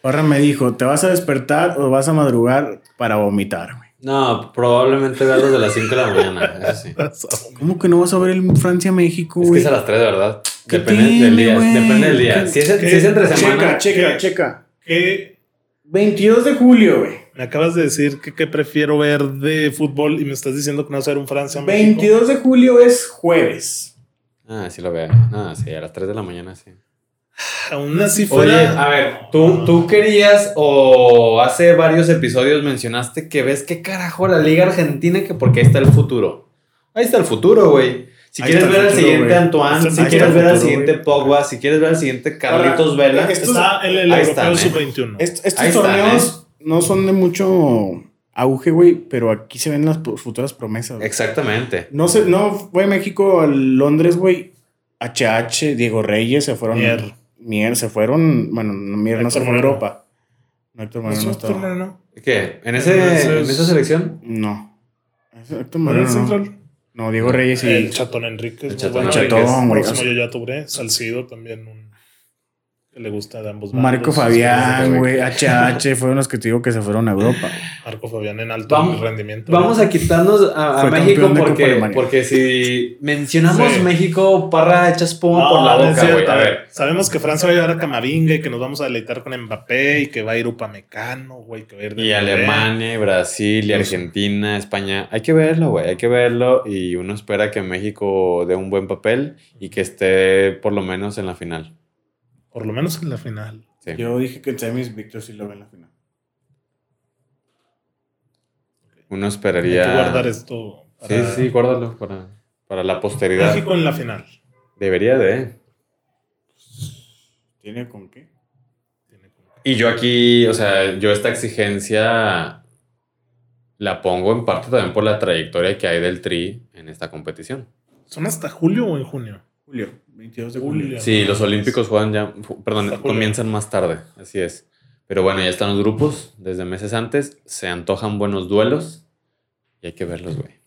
Parra me dijo, ¿te vas a despertar o vas a madrugar para vomitar, güey? No, probablemente vea los de las 5 de la mañana. Eso sí. Vas a- ¿Cómo que no vas a ver el Francia-México, Es que güey? es a las 3, ¿verdad? ¿Qué Depende tiene, del día. güey? Depende del día. ¿Qué- Si es, qué- si es entre Checa, semana. checa, checa. ¿Qué? 22 de julio, güey. Me acabas de decir que, que prefiero ver de fútbol y me estás diciendo que no vas a ver un Francia. México. 22 de julio es jueves. Ah, sí lo veo. Ah, sí, a las 3 de la mañana, sí. Aún así Oye, fuera. a ver, tú, tú querías o hace varios episodios mencionaste que ves qué carajo la Liga Argentina, que porque ahí está el futuro. Ahí está el futuro, güey. Si Ahí quieres está el ver al futuro, siguiente güey. Antoine, Ahí si está quieres el ver al futuro, siguiente güey. Pogba, si quieres ver al siguiente Carlitos Ahora, Vela. estos- Está el, el Ahí europeo están, eh. sub-21. Est- estos Ahí están, torneos ¿eh? no son de mucho auge, güey, pero aquí se ven las pu- futuras promesas. güey. Exactamente. No sé, no fue México a Londres, güey. HH, Diego Reyes se fueron. Mier. Mier, se fueron. Bueno, no, Mier no se Héctor fue a Moreno. Europa. No, Héctor Moreno no estaba. Moreno. ¿Qué? ¿En, ese, Entonces- en esa selección? No. Es Héctor Moreno Moreno. No. Central. No, Diego Reyes y. El Chatón Enríquez. El muy Chatón bueno. Enríquez. Chatón, güey. Próximo yo ya tuve. Salcido también. Un, que le gusta de ambos. Marco bandos. Fabián, güey. HH fueron los que te digo que se fueron a Europa. Marco Fabián en alto Vamos- rendimiento. Vamos a quitarnos a, a Fue México campeón de Copa porque, Alemania. porque si mencionamos Sí. México, parra echas espuma No, por la no es boca, güey. cierto. A ver. Sabemos que Francia va a llevar a Camavinga y que nos vamos a deleitar con Mbappé y que va a ir Upamecano, güey, que va a ir Y Dembélé. Alemania, y Brasil, y Argentina, España. Hay que verlo, güey. Hay que verlo. Y uno espera que México dé un buen papel y que esté por lo menos en la final. Por lo menos en la final. Sí. Yo dije que en semis Víctor sí lo ve en la final. Uno Hay esperaría. que guardar esto. Sí, para- sí, guárdalo para, para la posteridad. México en la final. Debería de. ¿Tiene con qué? Y yo aquí, o sea, yo esta exigencia la pongo en parte también por la trayectoria que hay del Tri en esta competición. ¿Son hasta julio o en junio? Julio, 22 de julio. julio. Sí, los Olímpicos juegan ya, fu- perdón, Hasta julio. comienzan más tarde, así es. Pero bueno, ya están los grupos desde meses antes, se antojan buenos duelos y hay que verlos, güey.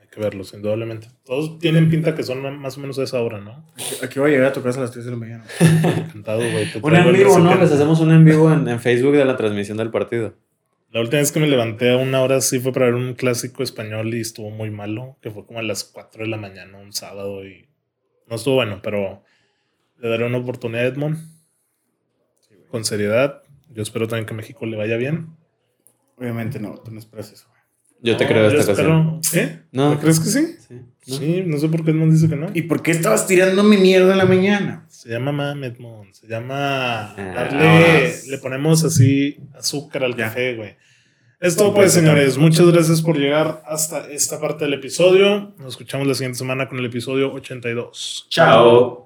Hay que verlos, indudablemente. Todos tienen pinta que son más o menos a esa hora, ¿no? Aquí voy a llegar a tu casa a las 3 de la mañana. Encantado, güey. te Un traigo en el vivo, ¿no? recipiente. Les hacemos un en vivo en, en Facebook de la transmisión del partido. La última vez que me levanté a una hora sí fue para ver un clásico español y estuvo muy malo, que fue como a las 4 de la mañana un sábado y no estuvo bueno, pero le daré una oportunidad a Edmond. Con seriedad. Yo espero también que México le vaya bien. Obviamente no, tú no esperas eso. güey. Yo te No, creo esta ocasión. Ah, espero- ¿Eh? No. ¿Me ¿Crees que sí? Sí, ¿no? Sí, no sé por qué Edmond dice que no. ¿Y por qué estabas tirándome mierda en la mañana? Se llama mame, Edmond. Se llama Ah, darle. ahora- Le ponemos así azúcar al Ya. café, güey. Esto Sí, pues, pues, señores. Muchas gracias por llegar hasta esta parte del episodio. Nos escuchamos la siguiente semana con el episodio 82. Chao.